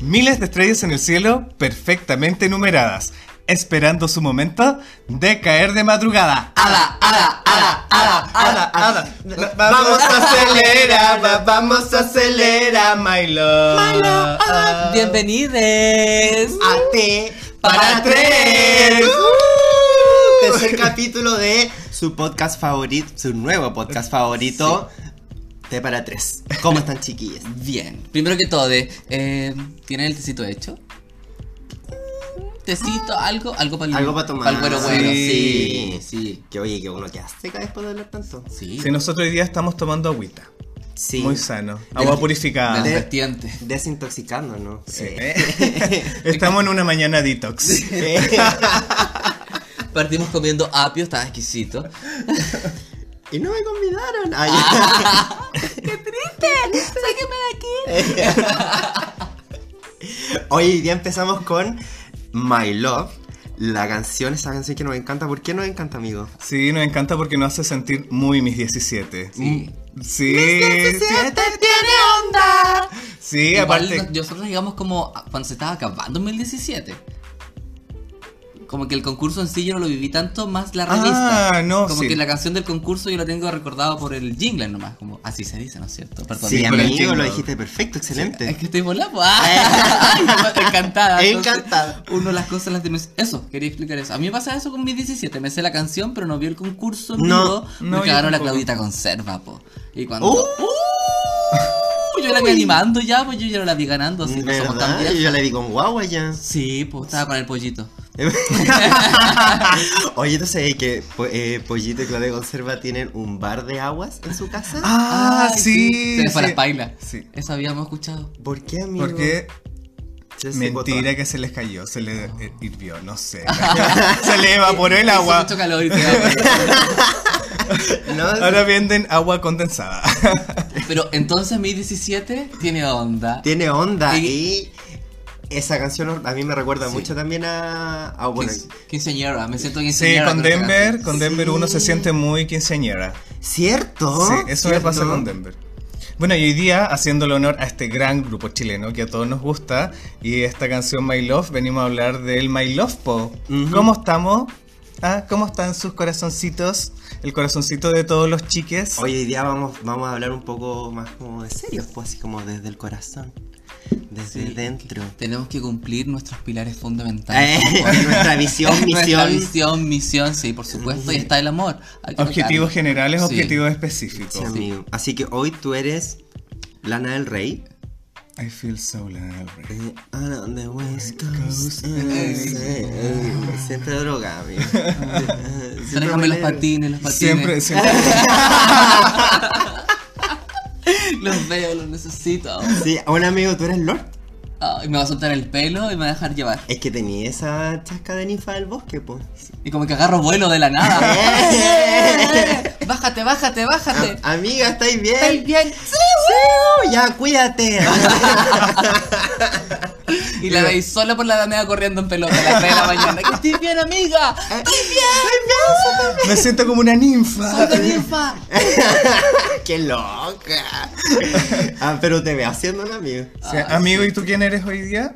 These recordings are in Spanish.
Miles de estrellas en el cielo, perfectamente numeradas, esperando su momento de caer de madrugada. ¡Ada, ada, ada, ada, ada, ada! Va- ah, Vamos a acelera, va- vamos a acelera, my love. Bienvenides. A T Para tres. Uh. Tercer capítulo de su podcast favorito, su nuevo podcast favorito. T para tres. ¿Cómo están, chiquillas? Bien. Primero que todo, de, eh, ¿tienen el tecito hecho? ¿Tecito? ¿Algo? ¿Algo para Algo para tomar. Algo bueno, bueno. Sí, Sí. sí. Que oye, que uno queda seca después de hablar tanto. Sí. Si nosotros hoy día estamos tomando agüita, Sí. muy sano, agua purificada. Del de- vertiente. Desintoxicando, ¿no? Sí. Eh, Estamos en una mañana detox. Partimos comiendo apio, estaba exquisito. y no me convidaron. Ay, Ah. Hoy día empezamos con My Love. La canción, esa canción que nos encanta. ¿Por qué nos encanta, amigo? Sí, nos encanta porque nos hace sentir muy mis 17. Sí. Sí. tiene onda! Sí, Igual aparte. nos- nosotros llegamos como a- cuando se estaba acabando en 2017. Como que el concurso en sí yo no lo viví tanto, más la Ah, revista. no, como sí. que la canción del concurso yo la tengo recordado por el jingle nomás, como así se dice, ¿no es cierto? Perdón. Sí, a disculpa. mí- amigo, jingle. lo dijiste perfecto, excelente. Es que estoy volando. Ah, encantada. entonces, Encantada. Uno las cosas las tiene. Eso, quería explicar eso. A mí me pasa eso con mis 17. Me sé la canción, pero no vi el concurso. en No, vivo, no, me yo cagaron la tampoco. Claudita Conserva, po. Y cuando. ¡Uh! Yo la vi animando ya, pues yo ya no la vi ganando, así que somos tan ¿Verdad? Yo viejas. ya le di con guagua ya. Sí, pues estaba con el pollito. Oye, entonces ¿eh, que po- eh, Pollito y Claudia Conserva tienen un bar de aguas en su casa. Ah, Ay, sí. Se me sí. fue la paila. Sí. Eso habíamos escuchado. ¿Por qué, amigo? Porque Ya se mentira que se les cayó, se les eh, hirvió, no sé. se le evaporó el Hizo agua. mucho calor y te da pena. botó. No, Ahora venden agua condensada. Pero entonces mi 17 tiene onda. tiene onda. Y- Y... esa canción a mí me recuerda Sí. mucho también a. a bueno, Quince- Quinceañera, me siento Sí, quinceañera. con esta Denver, canción. con Denver uno se Sí. siente muy quinceañera. ¿Cierto? Sí, eso me Oh, ¿Cierto? pasa con Denver. Bueno, y hoy día, haciéndole honor a este gran grupo chileno que a todos nos gusta, y esta canción My Love, venimos a hablar del My Love Po. Ujú. ¿Cómo estamos? Ah, ¿Cómo están sus corazoncitos? El corazoncito de todos los chiques. Hoy día vamos, vamos a hablar un poco más como de serios, pues así como desde el corazón. Desde Sí. dentro. Tenemos que cumplir nuestros pilares fundamentales. Eh, nuestra visión, Nuestra misión. visión, misión, sí, por supuesto. Y está el amor. Hay que Objetivos tocarlo. generales, Sí. objetivos específicos. Sí, amigo. Así que hoy tú eres Lana del Rey. I feel so lonely. Eh, out on the West Coast, Coast, eh, eh, Siempre droga, amigo. Eh, siempre Tráigame los me- patines, los patines. Siempre, siempre. Los veo, los necesito. Sí, un amigo, tú eres Lord. Ay, me va a soltar el pelo y me va a dejar llevar. Es que tenía esa chasca de ninfa del bosque, pues. Y como que agarro vuelo de la nada. bájate, bájate, bájate. Ah, Amiga, ¿estáis bien? ¿Estáis bien? Sí, ya, cuídate. Y la veis sola por la alameda corriendo en pelota a las 3 de la mañana. Que estoy bien, amiga. Me siento como una ninfa. Soy tu ninfa. ¡Qué loca! Ah, pero te veo haciendo un amigo. O sea, amigo, ¿y tú quién eres hoy día?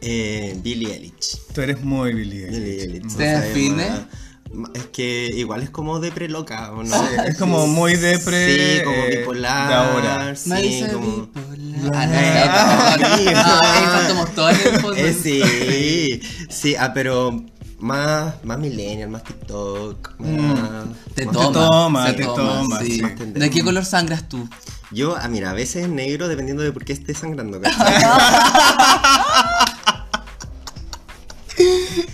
Eh, Billie Eilish. Tú eres muy Billie Eilish. Billie Eilish. ¿Te o sea, define? ma- ah, ma- Es que igual es como de preloca, ¿o no? Es como muy depre. Sí, como eh, bipolar. de ahora. Eh, Sí, Me dice como... bipolar. Ah, no, no, Ah, no, no, no, no, ahí están como todos en el fondo. Eh, sí, sí, ah, pero más, más millennial, más TikTok, Mm. más... Te más- toma, toma, se te toma, sí. sí. Mm. ¿De qué color sangras tú? Yo, ah, mira, a veces es negro dependiendo de por qué esté sangrando. ¿cachai?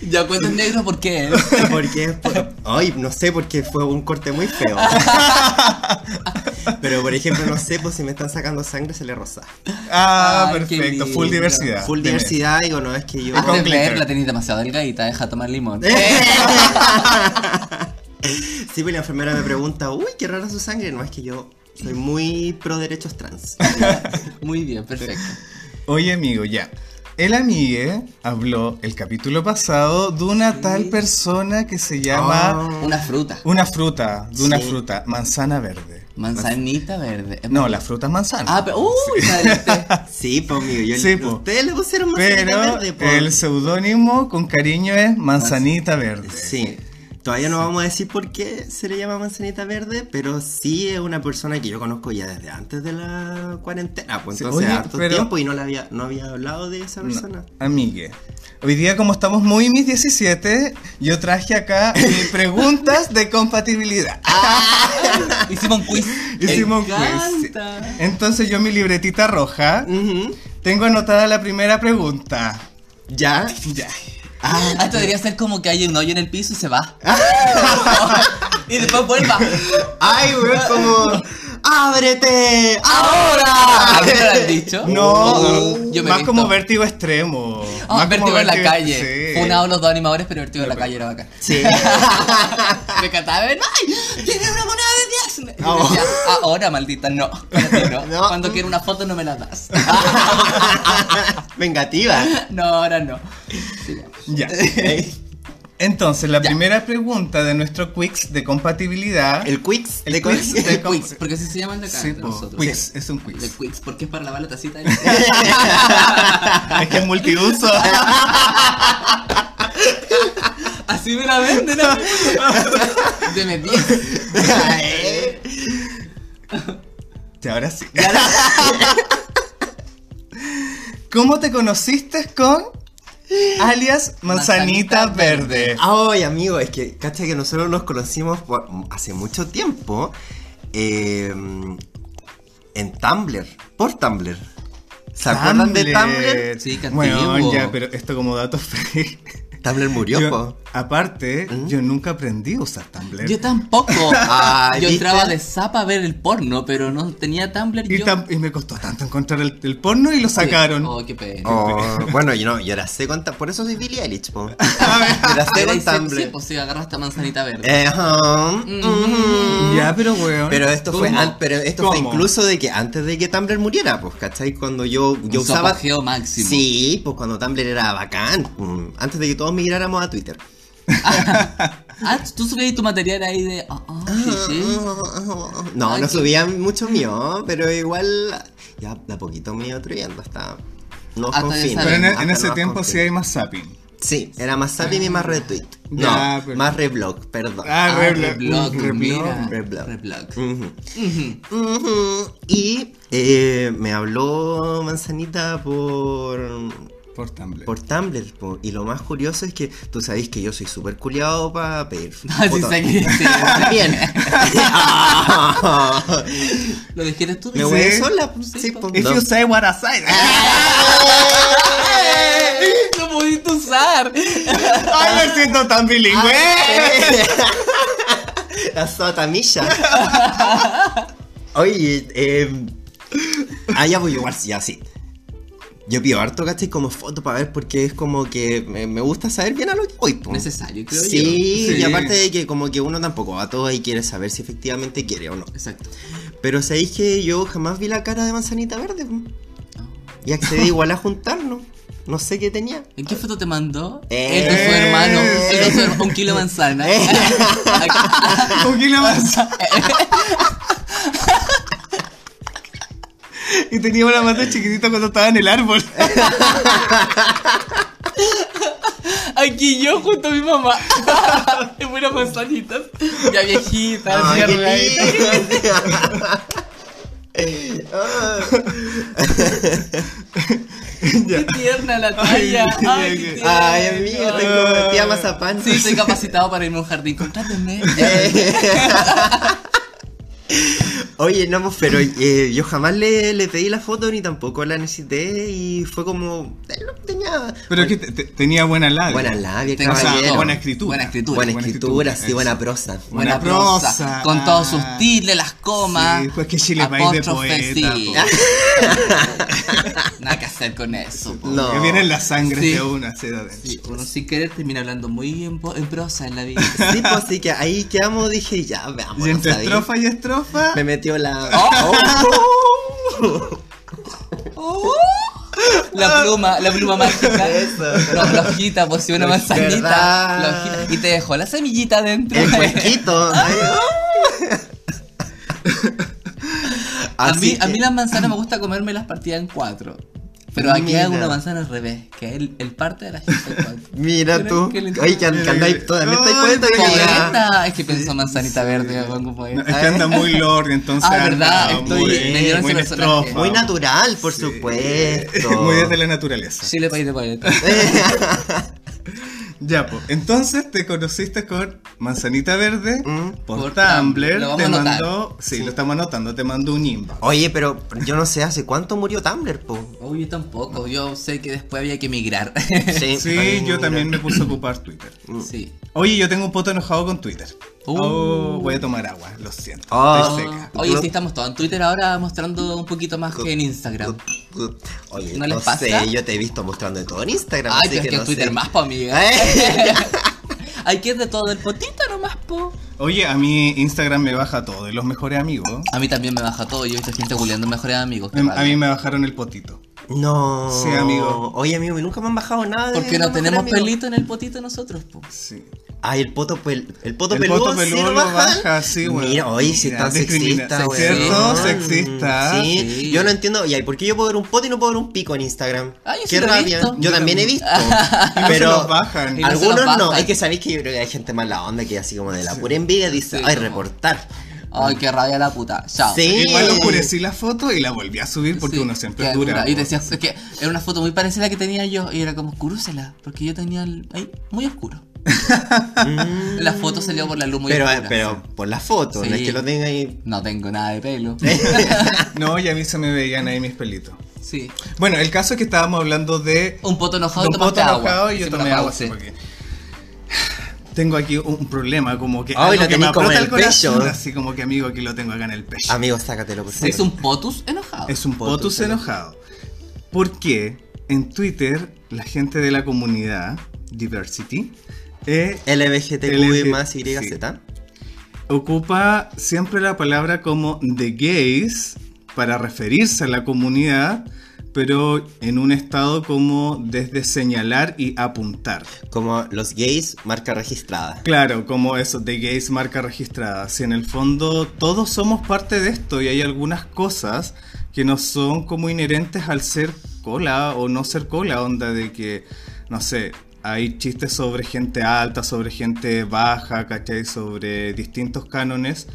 Ya cuento en negro por qué. porque es por- Ay, no sé, porque fue un corte muy feo. Pero por ejemplo, no sé, pues si me están sacando sangre se le rosa. Ah, Ay, qué perfecto. Full lindo. diversidad. Full Deme. diversidad, digo, no, es que yo... con Hazte ver, glitter. Eh. la tenéis demasiado delgadita, deja tomar limón. Sí, pues la enfermera me pregunta, uy, qué rara su sangre, no es que yo soy muy pro derechos trans. Muy bien, perfecto. Oye, amigo, ya. El amigue habló el capítulo pasado de una tal persona que se llama Ah. Una fruta. una fruta, de una Sí. fruta, manzana verde. Manzanita verde. No, la fruta es manzana. Ah, pero. ¡Uh! saliste. Sí, po, amigo. Yo Sí, po. Ustedes le pusieron más pero verde, pues. po. el seudónimo con cariño es manzanita verde. Sí. Todavía no vamos a decir por qué se le llama manzanita verde, pero sí es una persona que yo conozco ya desde antes de la cuarentena, pues Sí, entonces oye, harto pero- tiempo y no la había, no había hablado de esa persona. No, amigue. Hoy día, como estamos muy mis 17, yo traje acá mis preguntas de compatibilidad. Hicimos un quiz. Hicimos un Ah, Me quiz. encanta. Entonces, yo mi libretita roja Ujú. tengo anotada la primera pregunta. Ya. Ya. Ah, esto debería ser como que hay un hoyo en el piso y se va. Ah. y después vuelva. Ay, güey, como. ¡Ábrete! ¡Ah! ¡Ahora! ¿A mí me lo han dicho? Ah. No, Uh, yo me he más visto. como vértigo extremo. Ah, más vertigo como en la vértigo- calle. sí. Fue Una de los dos animadores, pero vertigo en la calle era bacán. Sí. Me encantaba ver. ¡Ay! ¡Tiene una moneda de 10! Y Ah, decía, ahora, maldita, no. para ti no. No. Cuando quiero una foto no me la das. Vengativa. No, ahora no. Ya. Entonces, la primera pregunta de nuestro quiz de compatibilidad. El Quicks El de Quicks. Quicks. De comp- Quicks, porque así se llaman de acá Sí, entre po, nosotros. quiz, es un quiz. De Quicks, porque es para lavar la tacita. de- Ah, Es que es multiuso. Así me la venden. ¿no? Deme 10. Ya, ahora sí. ¿Cómo te conociste con alias Manzanita, Manzanita Verde? Ay, amigo, es que, cacha, que nosotros nos conocimos por- hace mucho tiempo eh, en Tumblr, por Tumblr. ¿Se acuerdan de Tumblr? Sí, que Bueno, antiguo. ya, pero esto como dato freak. Tumblr murió, Yo- po. aparte, ¿Mm? yo nunca aprendí a usar Tumblr. Yo tampoco. Ay, yo ¿viste? entraba de zapa a ver el porno, pero no tenía Tumblr. y, yo... tam- y me costó tanto encontrar el, el porno y lo sacaron. Oh, qué pena. Oh, bueno, yo no, yo era sé con Tum- Por eso soy Billie Eilish, po. Era sé Era con ahí Tumblr. sí, pues sí, agarra esta manzanita verde. Eh, ajá, ujú. Ya, pero weón. Pero esto fue ¿cómo? an- pero esto fue ¿Cómo? incluso de que antes de que Tumblr muriera, pues, ¿cachai? Cuando yo, yo Un usaba. apogeo máximo. Sí, pues cuando Tumblr era bacán. mm, Antes de que todos migráramos a Twitter. Ah, tú subías tu material ahí de. ah, ah, sí, sí. No, Ay, no qué- subían mucho mío, pero igual ya de a poquito me iba atruyendo hasta no Hasta confines. Pero en, e-, Saben, en Hasta ese no tiempo sí confines. hay más zapping. Sí, era más zapping y más retweet. No, Ya, pero- más reblog, perdón. Ah, reblog. reblog, Reblog, mira. reblog. Reblog. Ujú. Ujú. Ujú. Y eh, me habló Manzanita por Por Tumblr. Por Tumblr, po. y lo más curioso es que tú sabéis que yo soy súper culiado para pedir. Ah, sí, fotos. sé que- sí. Bien. Lo dijiste tú. Me dices. voy Sí. sola, pues, Sí, sí, po. po. If No. you say what I say. Ah. ¡Eh! ¡Lo pudiste usar! Ay, me siento tan bilingüe. La sotamilla. Oye, eh. Ah, ya voy igual, sí, ya sí. Yo pido harto, ¿cachai? Como foto para ver, porque es como que me, me gusta saber bien a lo que voy, po. Necesario, creo yo. Sí, Sí. y aparte de que como que uno tampoco va a todo y quiere saber si efectivamente quiere o no. Exacto. Pero sabéis que yo jamás vi la cara de manzanita verde. po. Y accedí igual a juntarnos. No sé qué tenía. ¿En qué foto te mandó? Eh. Él con su hermano. Él con su hermano. Un kilo de manzana. Eh. Ah. Un kilo más. Y tenía una mata chiquitita cuando estaba en el árbol. Aquí yo junto a mi mamá. En buenas manzanitas. Ya viejitas, Ay, ya qué arrugaditas. lindo. Qué tierna la talla. Ay, ya, Ay, qué ya. tierna. Ay, amigo, tengo tía mazapán. Ah. Sí, estoy capacitado para irme a un jardín. Contráteme. Eh. Oye, no, pues, pero eh, yo jamás le, le pedí la foto ni tampoco la necesité y fue como... eh, no tenía... Pero que te- te- tenía buena labia. Buena labia, Tengo- O sea, caballero. Ah, buena escritura. Buena escritura. Buena buena escritura, escritura, sí, buena eso. prosa. Buena Buena prosa. prosa. Con todos sus Ah. tildes, las comas. Sí, pues que Chile país de apóstrofes, poeta, sí. Nada que hacer con eso. po. No. Que viene en la sangre Sí. de una seda de Sí, uno sin querer termina hablando muy en, po- en prosa en la vida. Sí, pues así que ahí quedamos, dije, ya, veamos. Y entre estrofa y estrofa. Me metió la... Oh, Oh. La pluma, la pluma mágica. Eso. No, la hojita, pues si una Es manzanita. verdad. Ah. la hojita. Y te dejó la semillita dentro. El cuenquito. A Así mí, a que- mí las manzanas me gusta comerme las partidas en cuatro. Pero aquí Mira. hago una manzana al revés, que el, el parte de la gente en cuatro. Mira Mira tú. qué lindo. Oye, que and- que andáis todavía me estáis Ay, cuenta que ya- Poeta, es que pienso manzanita verde, me pongo No, poeta. Eh. es que anda muy lord, entonces. Ah, anda verdad, muy- estoy- me dieron muy ese personaje. estrofa. Muy natural, por Sí. supuesto. Muy desde la naturaleza. Chile país de poeta. Ya, pues. Entonces te conociste con Manzanita Verde Mm. por, Por Tumblr. Tumblr. Lo vamos Te a anotar. mandó. Sí, lo estamos anotando. Te mandó un inbox. Oye, pero yo no sé hace cuánto murió Tumblr, po. Uy, yo tampoco, yo sé que después había que emigrar. Sí, Mm, Sí, yo también me puse a ocupar Twitter. sí. Oye, yo tengo un poto enojado con Twitter. Uh. Oh, voy a tomar agua, lo siento. Ah. Estoy seca. Oye, sí, estamos todos en Twitter ahora mostrando un poquito más que en Instagram. mm, Oye, ¿No no, les pasa? sé, yo te he visto mostrando de todo en Instagram. Ay, así pero es que no en Twitter sé. más, po, amiga. Eh. Hay que es de todo, el potito nomás, po. Oye, a mí Instagram me baja todo, de los mejores amigos. Em, A mí también me baja todo, yo he visto gente googleando mejores amigos. qué A rabia. mí me bajaron el potito. No. Sí, amigo. Oye, amigo, nunca me han bajado nada. de Porque no mejor tenemos amigo. pelito en el potito nosotros, po. Sí. Ay, el poto, pel... el poto El peludo. poto sí peludo lo lo bajan. baja, sí, weón. Mira, oye, si Mira, tan discrimina- sexista, weón. ¿cierto? Sexista. Sí. Sí. yo no entiendo. Y ay, ¿por qué yo puedo ver un poto y no puedo ver un pico en Instagram? Ay, yo qué sí lo he rabia. visto. Yo Yo también he también. visto. Y no se Pero los bajan. Y no se los Algunos no, bajan. es que sabéis que yo creo que hay gente mala onda que así como de la pura envidia dice, Sí, ay, como- reportar. Ay, qué rabia la puta. Chao. Sí. Igual oscurecí la foto y la volví a subir porque Sí, uno siempre que es dura. Y po. decías es que era una foto muy parecida a la que tenía yo y era como oscurúcela, porque yo tenía el ahí muy oscuro. la foto salió por la luz muy Mm. pero, oscura. pero por la foto, no es Sí. que lo tenga ahí. No tengo nada de pelo. ¿Eh? No, y a mí se me veían ahí mis pelitos. sí. Bueno, el caso es que estábamos hablando de Un poto enojado y Don Poto tomaste agua. enojado y yo Hicimos una tomé agua. pausa. sí, porque Tengo aquí un problema, como que, Ay, algo lo que tenés como en el el pecho. Ah, corazón, así como que amigo, aquí lo tengo acá en el pecho. Amigo, sácatelo, por favor. Es un potus enojado. Es un Potus potus enojado. Porque en Twitter la gente de la comunidad Diversity eh, LBGTQ más YZ. ocupa siempre la palabra como the gays para referirse a la comunidad, pero en un estado como desde señalar y apuntar. Como los gays, marca registrada. Claro, como eso, de gays marca registrada. Si en el fondo todos somos parte de esto y hay algunas cosas que no son como inherentes al ser cola o no ser cola, onda de que, no sé, hay chistes sobre gente alta, sobre gente baja, ¿cachai? Sobre distintos cánones.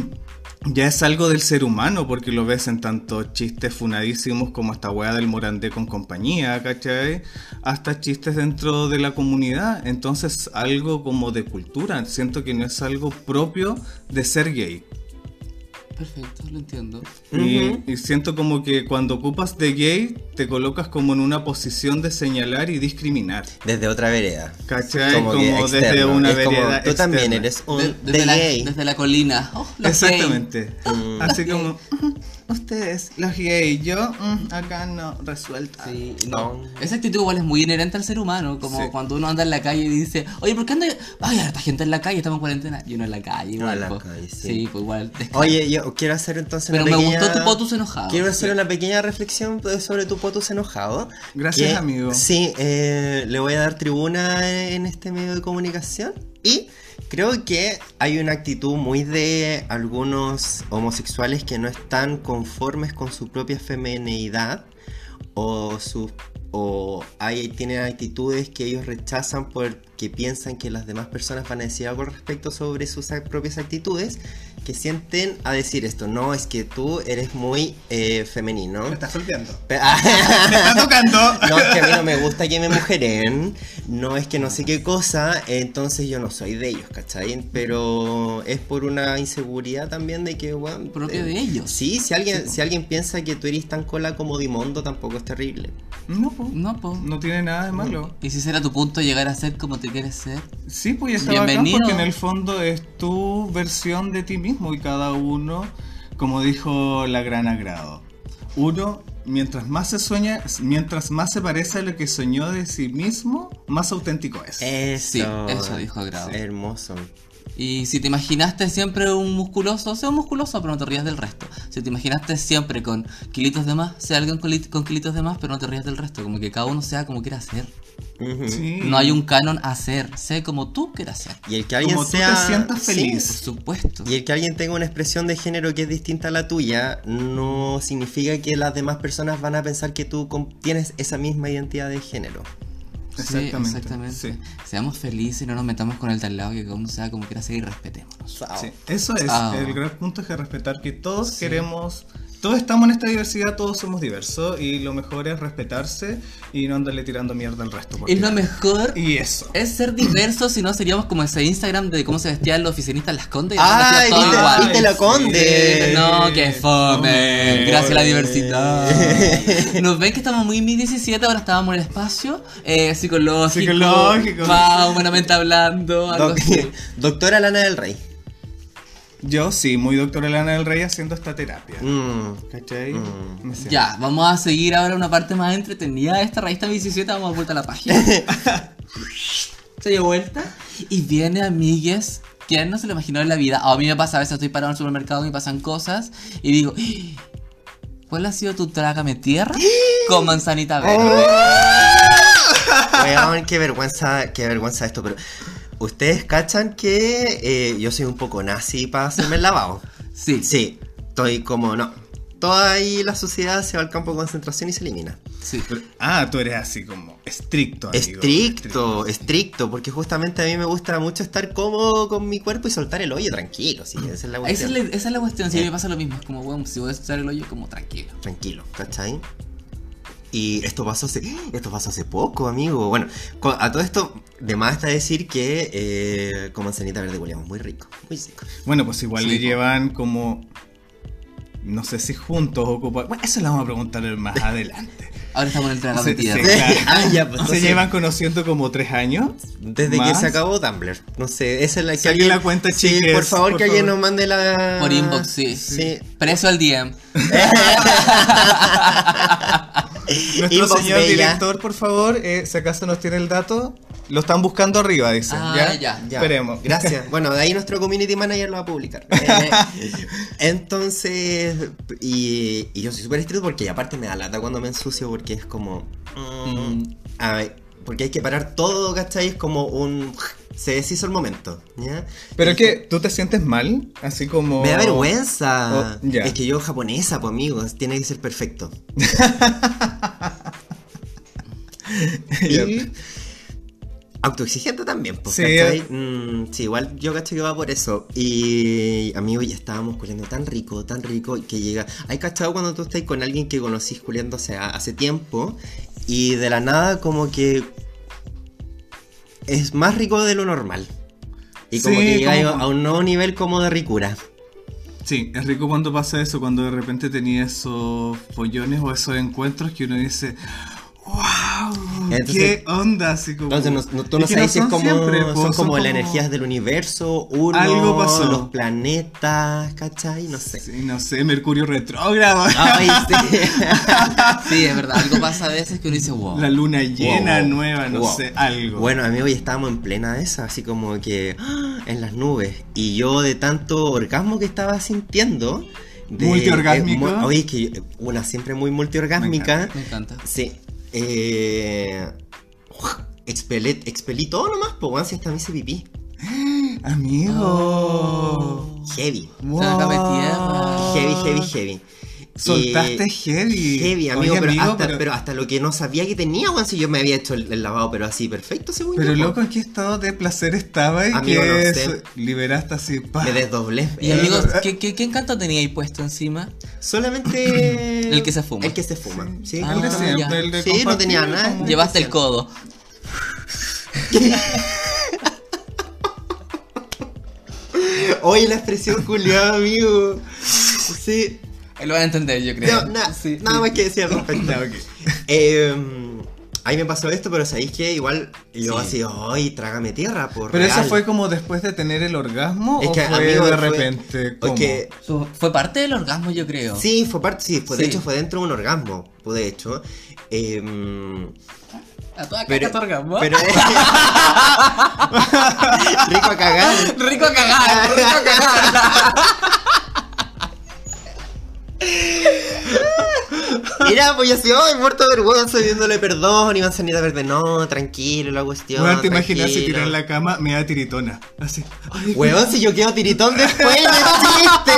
ya es algo del ser humano porque lo ves en tanto chistes funadísimos como esta wea del Morandé con compañía, ¿cachai? Hasta chistes dentro de la comunidad. Entonces, algo como de cultura. Siento que no es algo propio de ser gay. Perfecto, lo entiendo. Y- Ujú. Y, siento como que cuando ocupas de gay, te colocas como en una posición de señalar y discriminar. Desde otra vereda. ¿Cachai? Como Como, que desde externo. una Es como, vereda. Tú también externa. eres un De- de desde, la, gay. desde la colina. Oh, los Exactamente. Mm. Así Los como, ustedes, los gays, yo mm, acá no, resuelta. gay. Sí, no. No. Esa actitud igual es muy inherente al ser humano, como Sí. cuando uno anda en la calle y dice, oye, ¿por qué anda? Ay, hay harta gente en la calle, estamos en cuarentena. Y uno en la calle igual. en la po. calle, sí. pues igual. Oye, yo quiero hacer entonces Pero una me pequeña... gustó tu potus enojado. Quiero hacer una pequeña reflexión pues, sobre tu potus enojado. Gracias, que- amigo. Sí, eh, le voy a dar tribuna en este medio de comunicación. Y creo que hay una actitud muy de algunos homosexuales que no están conformes con su propia femenidad o sus o hay, tienen actitudes que ellos rechazan porque piensan que las demás personas van a decir algo al respecto sobre sus ac- propias actitudes, que sienten a decir esto, no, es que tú eres muy eh, femenino. Me estás golpeando. Pe- ah, Me está tocando. No, es que a mí no me gusta que me mujeren, no es que no sé qué cosa, entonces yo no soy de ellos, ¿cachai? Pero es por una inseguridad también de que, bueno... Propio eh, de ellos. Sí, si alguien, si alguien piensa que tú eres tan cola como Dimondo, tampoco es terrible. No, po. No, po. No tiene nada de malo. Y si será tu punto llegar a ser como te quieres ser. Sí, pues ya estaba acá Bienvenido. porque en el fondo es tu versión de ti mismo y cada uno, como dijo la gran agrado. Uno, mientras más se sueña, mientras más se parece a lo que soñó de sí mismo, más auténtico es. Eh, Eso. Sí, eso dijo Grado. Hermoso. Y si te imaginaste siempre un musculoso, sea un musculoso, pero no te rías del resto. Si te imaginaste siempre con kilitos de más, sea alguien con, li- con kilitos de más, pero no te rías del resto. Como que cada uno sea como quiera ser. Ujú. Sí. No hay un canon a ser, sé como tú quieras ser. Y el que alguien Como tú te sea. sientas Sí, feliz. Por supuesto. Y el que alguien tenga una expresión de género que es distinta a la tuya, no significa que las demás personas van a pensar que tú com- tienes esa misma identidad de género. Sí, Exactamente, exactamente. sí. Seamos felices y no nos metamos con el de al lado que cada uno sea como quiera ser y respetémonos. Sí, eso es. Ah. El gran punto es que respetar que todos queremos, todos estamos en esta diversidad, todos somos diversos y lo mejor es respetarse y no andarle tirando mierda al resto. por Y lo tirar. mejor Y eso. es ser diversos, si no seríamos como ese Instagram de cómo se vestían los oficinistas en las condes. y ahora ¡Ay, vestidas todas Ah, viste, igual. viste la Sí. conde! No, que fome. Fome. Gracias a la diversidad. Nos ven que estamos muy en mi 17, ahora estábamos en el espacio eh, psicológico. Psicológico. Wow, humanamente hablando. algo Doc- así. Doctora Lana del Rey. Yo sí, muy doctora Elana del Rey haciendo esta terapia. Mm. ¿Cachai? Mm. Me siento. Ya, vamos a seguir ahora una parte más entretenida de esta revista 17. Vamos a dar vuelta a la página. se dio vuelta y viene amigues. ¿Quién no se lo imaginó en la vida? A mí me pasa, a veces estoy parado en el supermercado y me pasan cosas y digo, ¿cuál ha sido tu trágame tierra? Con manzanita verde. Oh. Weón, qué vergüenza, qué vergüenza esto, pero ustedes cachan que eh, yo soy un poco nazi para hacerme el lavado. Sí, sí, Sí, estoy como no. Toda ahí la sociedad se va al campo de concentración y se elimina. Ah, tú eres así como estricto. amigo. Estricto, estricto, porque justamente a mí me gusta mucho estar cómodo con mi cuerpo y soltar el hoyo tranquilo, sí, esa es la Esa es cuestión. la, esa es la cuestión, si a mí me pasa lo mismo, es como, bueno, si voy a usar el hoyo, como tranquilo. Tranquilo, ¿cachai? Y esto pasó hace, esto pasó hace poco, amigo. Bueno, co- a todo esto, de más está decir que eh, con manzanita verde huele muy rico, muy rico. Bueno, pues igual Sí, le po. llevan como. No sé si juntos ocupan. Bueno, eso lo vamos a preguntar más adelante. Ahora estamos en el trágame Se, tierra. se- claro. Ah, ya, pues, Se entonces- llevan conociendo como tres años. Desde que ¿Más? se acabó Tumblr. No sé, esa es la que Saquen la cuenta, Sí, chiques, por favor, por que alguien favor. nos mande la. Por inbox, sí. Sí. Preso al DM. Nuestro Inbox señor Bella. director, por favor, eh, si acaso nos tiene el dato, lo están buscando arriba, dicen. Ah, ¿ya? ya, Ya. Esperemos. Gracias. Bueno, de ahí nuestro community manager lo va a publicar. Eh, entonces, y, y yo soy súper estricto porque aparte me da lata cuando me ensucio porque es como... mm, a ver, porque hay que parar todo, ¿cachai? Es como un... Se deshizo el momento, ¿ya? Pero Y- que tú te sientes mal, así como. Me da vergüenza. Oh, ya. Es que yo japonesa, pues amigos, tiene que ser perfecto. y Yep. autoexigente también, pues, Sí. ¿cachai? Mm, sí, igual yo cacho que va por eso. Y amigo, ya estábamos culiando tan rico, tan rico, que llega. Hay cachado cuando tú estás con alguien que conocís culiando hace, hace tiempo y de la nada como que es más rico de lo normal. Y como Sí, que llega como- a un nuevo nivel como de ricura. Sí, es rico cuando pasa eso, cuando de repente tenía esos pollones o esos encuentros que uno dice. ¡Wow! Entonces- ¿Qué onda? Así como. Entonces, no, no- tú no Es que no sabes si es son como, siempre, po, son son como, las como- energías del universo, uno, Algo pasó. los planetas, ¿cachai? No sé. Sí, no sé, Mercurio retrógrado. Ay, sí. Sí, es verdad, algo pasa a veces que uno dice, wow. La luna llena, Wow, wow, nueva, no wow. sé, algo. Bueno, amigo, y estábamos en plena esa, así como que ¡ah! en las nubes. Y yo de tanto orgasmo que estaba sintiendo. De, Multiorgásmico. eh, mu- oye, que yo- una siempre muy multiorgásmica. Me encanta. Sí. Eh, expelé, expelí todo nomás, pues, weón, si hasta me hice pipí. Amigo. Oh. Heavy. Wow. Trágame tierra. Heavy, heavy, heavy. Soltaste Y- heavy. Heavy, amigo, Oye, pero, hasta, pero... hasta lo que no sabía que tenía, weón, si yo me había hecho el, el lavado, pero así, perfecto, según pero yo, po. loco, ¿en qué estado de placer estaba y Amigo, que no sé. eso- liberaste así? pa? Me desdoblé. Y Eh, amigos, ¿qué, qué, qué encanto tenía ahí puesto encima? solamente... El que se fuma. El que se fuma. Sí, El Mm. de Ah, justamente. siempre, ya. el de Sí, no compartir, tenía nada. como- Llevaste el codo. Oye, la expresión culiada, amigo. Sí. Ahí Lo van a entender, yo creo. No, na- Sí. nada más que decir al respecto. Ya, ok. Eh, ahí me pasó esto, pero sabéis que igual yo Sí. así, ay, trágame tierra, por Pero eso real". fue como después de tener el orgasmo Es o que, fue amigo, de fue- repente. ¿Cómo? Porque Su- Fue parte del orgasmo, yo creo. Sí, fue parte, sí, fue, de Sí. hecho fue dentro de un orgasmo, pues, de hecho. Em, A toda pero- caca tu orgasmo. pero rico a cagar. Rico a cagar, rico a cagar. Mira, pues yo así, ay, muerto de vergüenza, pidiéndole perdón, y manzanita verde, no, tranquilo, la cuestión. Weón, te imaginas si tranquilo". tirar la cama me da tiritona. Así. Ay, Weón, si yo quedo tiritón después, no existe,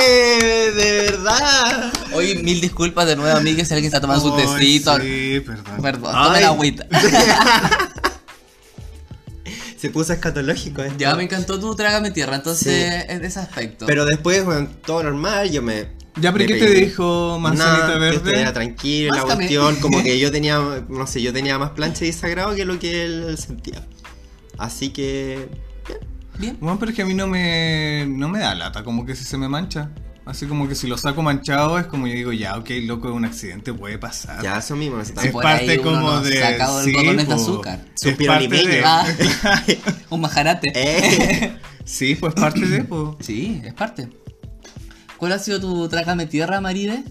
de verdad. Hoy mil disculpas de nuevo, amigues, si alguien está tomando su ay, tecito. Sí, perdón. Perdón, tome la agüita. Se puso escatológico eh. esto. Ya me encantó tu trágame tierra, entonces en ese aspecto. Pero después, bueno, todo normal, yo me. Ya, pero me ¿qué te pegué. dijo Manzanita Nada, Verde? Que estuviera tranquilo, la Máscame. cuestión, como que yo tenía, no sé, yo tenía más plancha y sagrado que lo que él sentía. Así que. Bien. Bueno, pero es que a mí no me, no me da lata, como que si se me mancha. Así como que si lo saco manchado es como yo digo, ya, ok, loco, es un accidente, puede pasar. Ya, eso mismo, no sé, es tampoco. por parte ahí uno como no de... saca algodones de po. azúcar. Es Suspiro parte limeño. de- Ah, un majarate. Eh, Sí, pues parte de... po. Sí, es parte. ¿Cuál ha sido tu trágame tierra, Maride?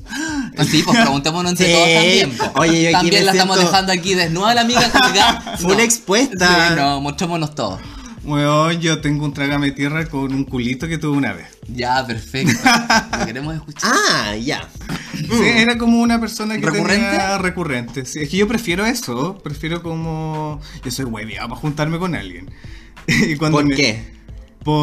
Pues sí, pues preguntémonos entre Sí. todos también. po. Oye, yo aquí me también la estamos siento- dejando aquí desnuda la amiga juzgada. Fue una expuesta. Sí, no, mostrémonos todos. Weón, yo tengo un trágame tierra con un culito que tuve una vez. Ya, perfecto. Lo queremos escuchar. ah, ya. Sí, era como una persona que Mm. ¿Recurrente? tenía recurrente. Sí, es que yo prefiero eso, prefiero como... Yo soy hueviado para juntarme con alguien. Y cuando ¿Por me- qué?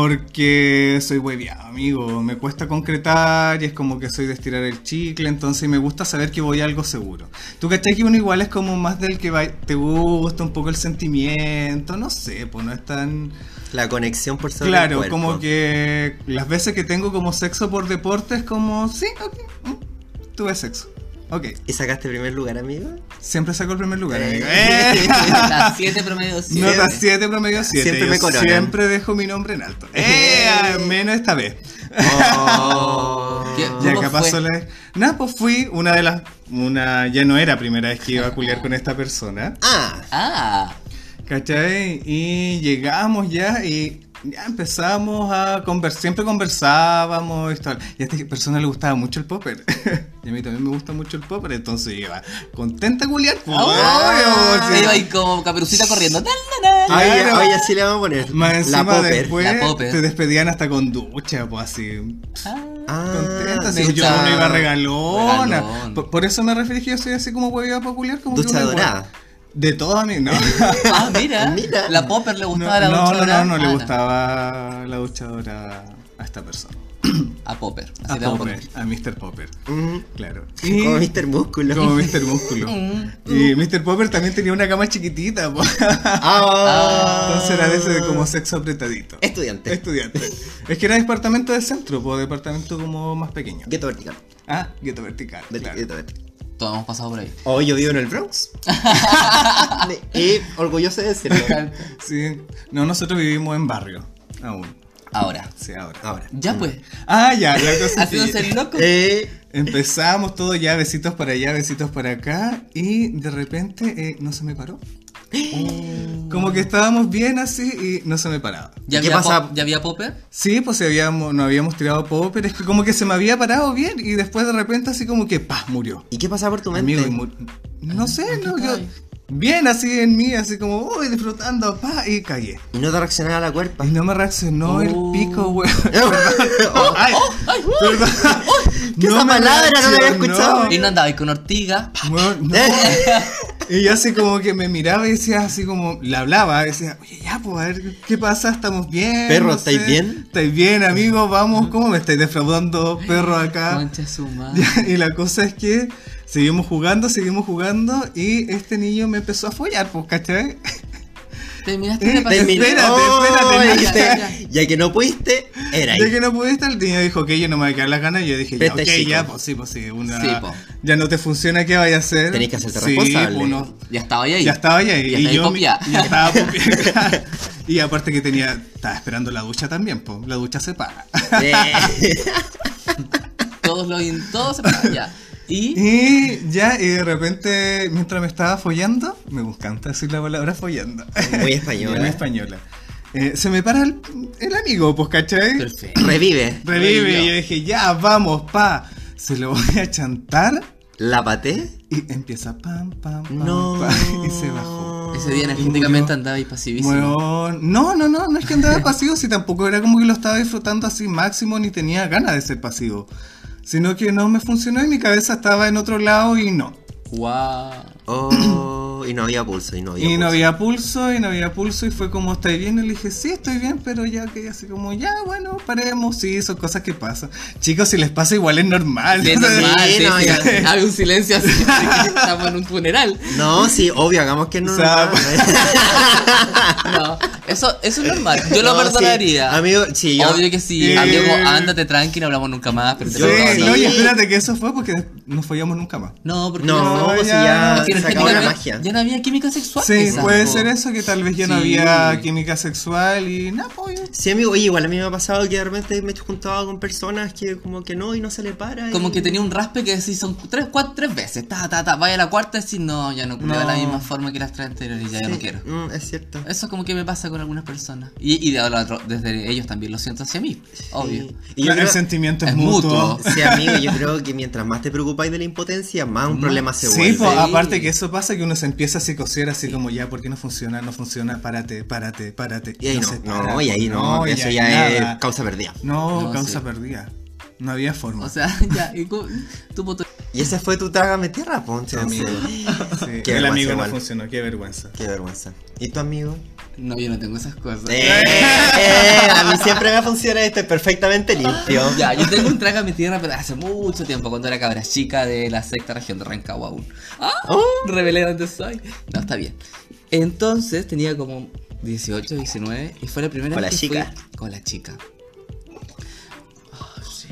Porque soy hueviado, amigo. Me cuesta concretar y es como que soy de estirar el chicle, entonces me gusta saber que voy a algo seguro. Tú cachai que uno igual es como más del que va- te gusta un poco el sentimiento, no sé, pues no es tan. La conexión por sobre el Claro, cuerpo. como que las veces que tengo como sexo por deporte es como, sí, ok, mm, tuve sexo. Ok, ¿Y sacaste primer lugar, amigo? siempre saco el primer lugar, amigo. Eh. ¡Eh! Nota 7 promedio 7. Nota 7, promedio 7. Siempre me coronan. Siempre dejo mi nombre en alto. ¡Eh! Menos esta vez. Oh. ¿Qué? Ya ¿Cómo capaz fue? solo es- Nada, pues fui una de las. Una, ya no era primera vez que iba a culiar con esta persona. Ah, Ah, ¿Cachai? Y llegamos ya y ya empezamos a conversar. Siempre conversábamos. Y, tal. y a esta persona le gustaba mucho el popper. y a mí también me gusta mucho el popper. Entonces yo iba contenta a culiar. pues, Ah, obvio, sí. iba ahí como caperucita corriendo. Tan, tan, tan. Ay, Oye, no. oye, así le vamos a poner. Más la encima popper. después La popper. te despedían hasta con ducha, pues así. Ah. Ah, contenta, me si yo gusta. no iba regalona. Regalón. Por, por eso me referí que yo soy así como huevida popular, como que Ducha una hueva. dorada. De todas mis. No, Ah, mira. Mira. La Popper le no, gustaba la no, no, no, duchadora. no le Ah, gustaba la ducha dorada a esta persona. A Popper. así A le vamos Popper, a Mr. Popper, Mm, claro. Y- Como Mr. Músculo. como Mr. Músculo. y Mr. Popper también tenía una cama chiquitita, po. Ah. Entonces era de ese de como sexo apretadito. Estudiante. Estudiante. Es que era departamento de centro, po, departamento como más pequeño. Gueto vertical. Ah, gueto vertical. Vete- claro. gueto vertical. poner. Todos hemos pasado por ahí. Oh, yo vivo en el Bronx. y orgulloso de decirlo. Sí. No, nosotros vivimos en barrio. Aún. Ahora. Sí, ahora. Ahora. Ya pues. Ah, ya, la cosa es Haciéndose que el loco. Eh, empezamos todo ya, besitos para allá, besitos para acá, y de repente eh, no se me paró. Eh. Mm. Como que estábamos bien así y no se me paraba. ¿Ya ¿Qué había pasa? Pop- ¿Ya había Popper? Sí, pues si habíamos, no habíamos tirado pop, pero es que como que se me había parado bien y después de repente así como que, ¡pah! murió. ¿Y qué pasaba por tu mente? Amigo, y mu- no sé, no, ¿qué yo, tal? bien así en mí, así como, uy, disfrutando, pa, y caí. Y no te reaccionaba la cuerpa. Y no me reaccionó el Oh. pico, weón. Oh, Ay, perdón. que esa me palabra no la había reaccionó. escuchado. Y no andaba ahí con ortiga. Weón, no. Y yo así como que me miraba y decía así como, le hablaba, decía, oye, ya, pues, a ver, ¿qué pasa? ¿Estamos bien? Perro, No ¿estáis sé. bien? ¿Estáis bien, amigo? Vamos, ¿cómo me estáis defraudando, perro, acá? Concha su madre. Ya, Y la cosa es que seguimos jugando, seguimos jugando y este niño me empezó a follar, pues, ¿cachai? Terminaste Eh, de pasar. terminé. espérate, Oh, espérate, dijiste, ya, ya, ya que no pudiste, era De ahí. que no pudiste, el niño dijo que yo no me voy a quedar las ganas. Y yo dije, ya, Presta ok, chico. ya, pues sí, pues sí. Una, Sí, po. Ya no te funciona, ¿qué vaya a hacer? Tenés que hacerte Sí, responsable. po, no. Ya estaba ahí. Oh. Ya estaba ya ahí. Ya y estáis yo me- popiá. ya estaba popiá. Y aparte que tenía, estaba esperando la ducha también, pues. La ducha se paga. Eh, Todos los. in- Todos se pasaron ya. Y. Y ya, y de repente, mientras me estaba follando, me encanta decir la palabra follando. Muy Muy española. española. Eh, se me para el, el amigo, pues, ¿cachai? Perfecto. Revive. Revive. Revivió. Y yo dije, ya, vamos, pa. Se lo voy a chantar. La paté. Y empieza pam, pam, pam, No. pam, y se bajó. Ese día energéticamente andaba ahí pasivísimo. Weón, no, no, no, no es que andaba pasivo, si tampoco era como que lo estaba disfrutando así máximo, ni tenía ganas de ser pasivo. Sino que no me funcionó y mi cabeza estaba en otro lado y no. Wow. Oh, y no había pulso, y no había Y no pulso. había pulso, y no había pulso, y fue como, ¿estáis bien? Y le dije, sí, estoy bien, pero ya que así como, ya, bueno, paremos, sí, son cosas que pasan. Chicos, si les pasa igual es normal. Es normal, Sí, sí, no, sí. ya. Había un silencio así. de que Estamos en un funeral. No, sí, obvio, hagamos que no. O sea, No, eso, eso es normal. Yo lo No, sí, perdonaría. Amigo, sí, yo. Obvio que sí. Eh. Amigo, ándate tranqui, no hablamos nunca más. Pero te Sí, Yo perdono. no, y sí. espérate que eso fue porque nos follamos nunca más. No, porque No, No, pues ya, ya, no, Porque se energéticamente acabó la magia. Ya no había química sexual. Sí, quizás, puede po. ser eso, que tal vez ya no Sí. había química sexual y nada, pues. Sí, amigo, oye, igual a mí me ha pasado que de repente me he juntado con personas que como que no y no se le para. y- Como que tenía un raspe que decís son tres, cuatro, tres veces. Ta, ta, ta. Vaya a la cuarta y decís, no, ya no culeo de la No. misma forma que las tres anteriores. Ya, ya Sí, no quiero. mm, es cierto. Eso como que me pasa con algunas personas. Y, y de ahora otro- desde ellos también lo siento hacia mí. Obvio. Sí. Y yo Claro, creo, el sentimiento es, es mutuo. mutuo. sí, amigo, yo creo que mientras más te preocupáis de la impotencia, más Mm. un problema se Sí, vuelve. pues, Sí. aparte que eso pasa que uno se empieza a psicosear así como ya, ¿por qué no funciona? No funciona, párate, párate, párate. y ahí no, se no, para, y ahí no, y eso ahí ya nada. es causa perdida. No, No, causa sí. perdida. No había forma. O sea, ya. y cu- tu poto- Y esa fue tu trágame tierra, ponte. amigo. Sí, Qué el vergüenza amigo no igual. funcionó, qué vergüenza. Qué vergüenza. ¿Y tu amigo? No, yo no tengo esas cosas. Eh, eh, a mí siempre me funciona esto, es perfectamente limpio. Ya, yo tengo un traga a mi tierra, pero hace mucho tiempo, cuando era cabra chica de la sexta región de Rancagua aún. ¡Ah! Oh. Revelé dónde soy. No, está bien. Entonces tenía como 18, 19 y fue la primera Con vez la que chica. fui con la chica. Ah, sí.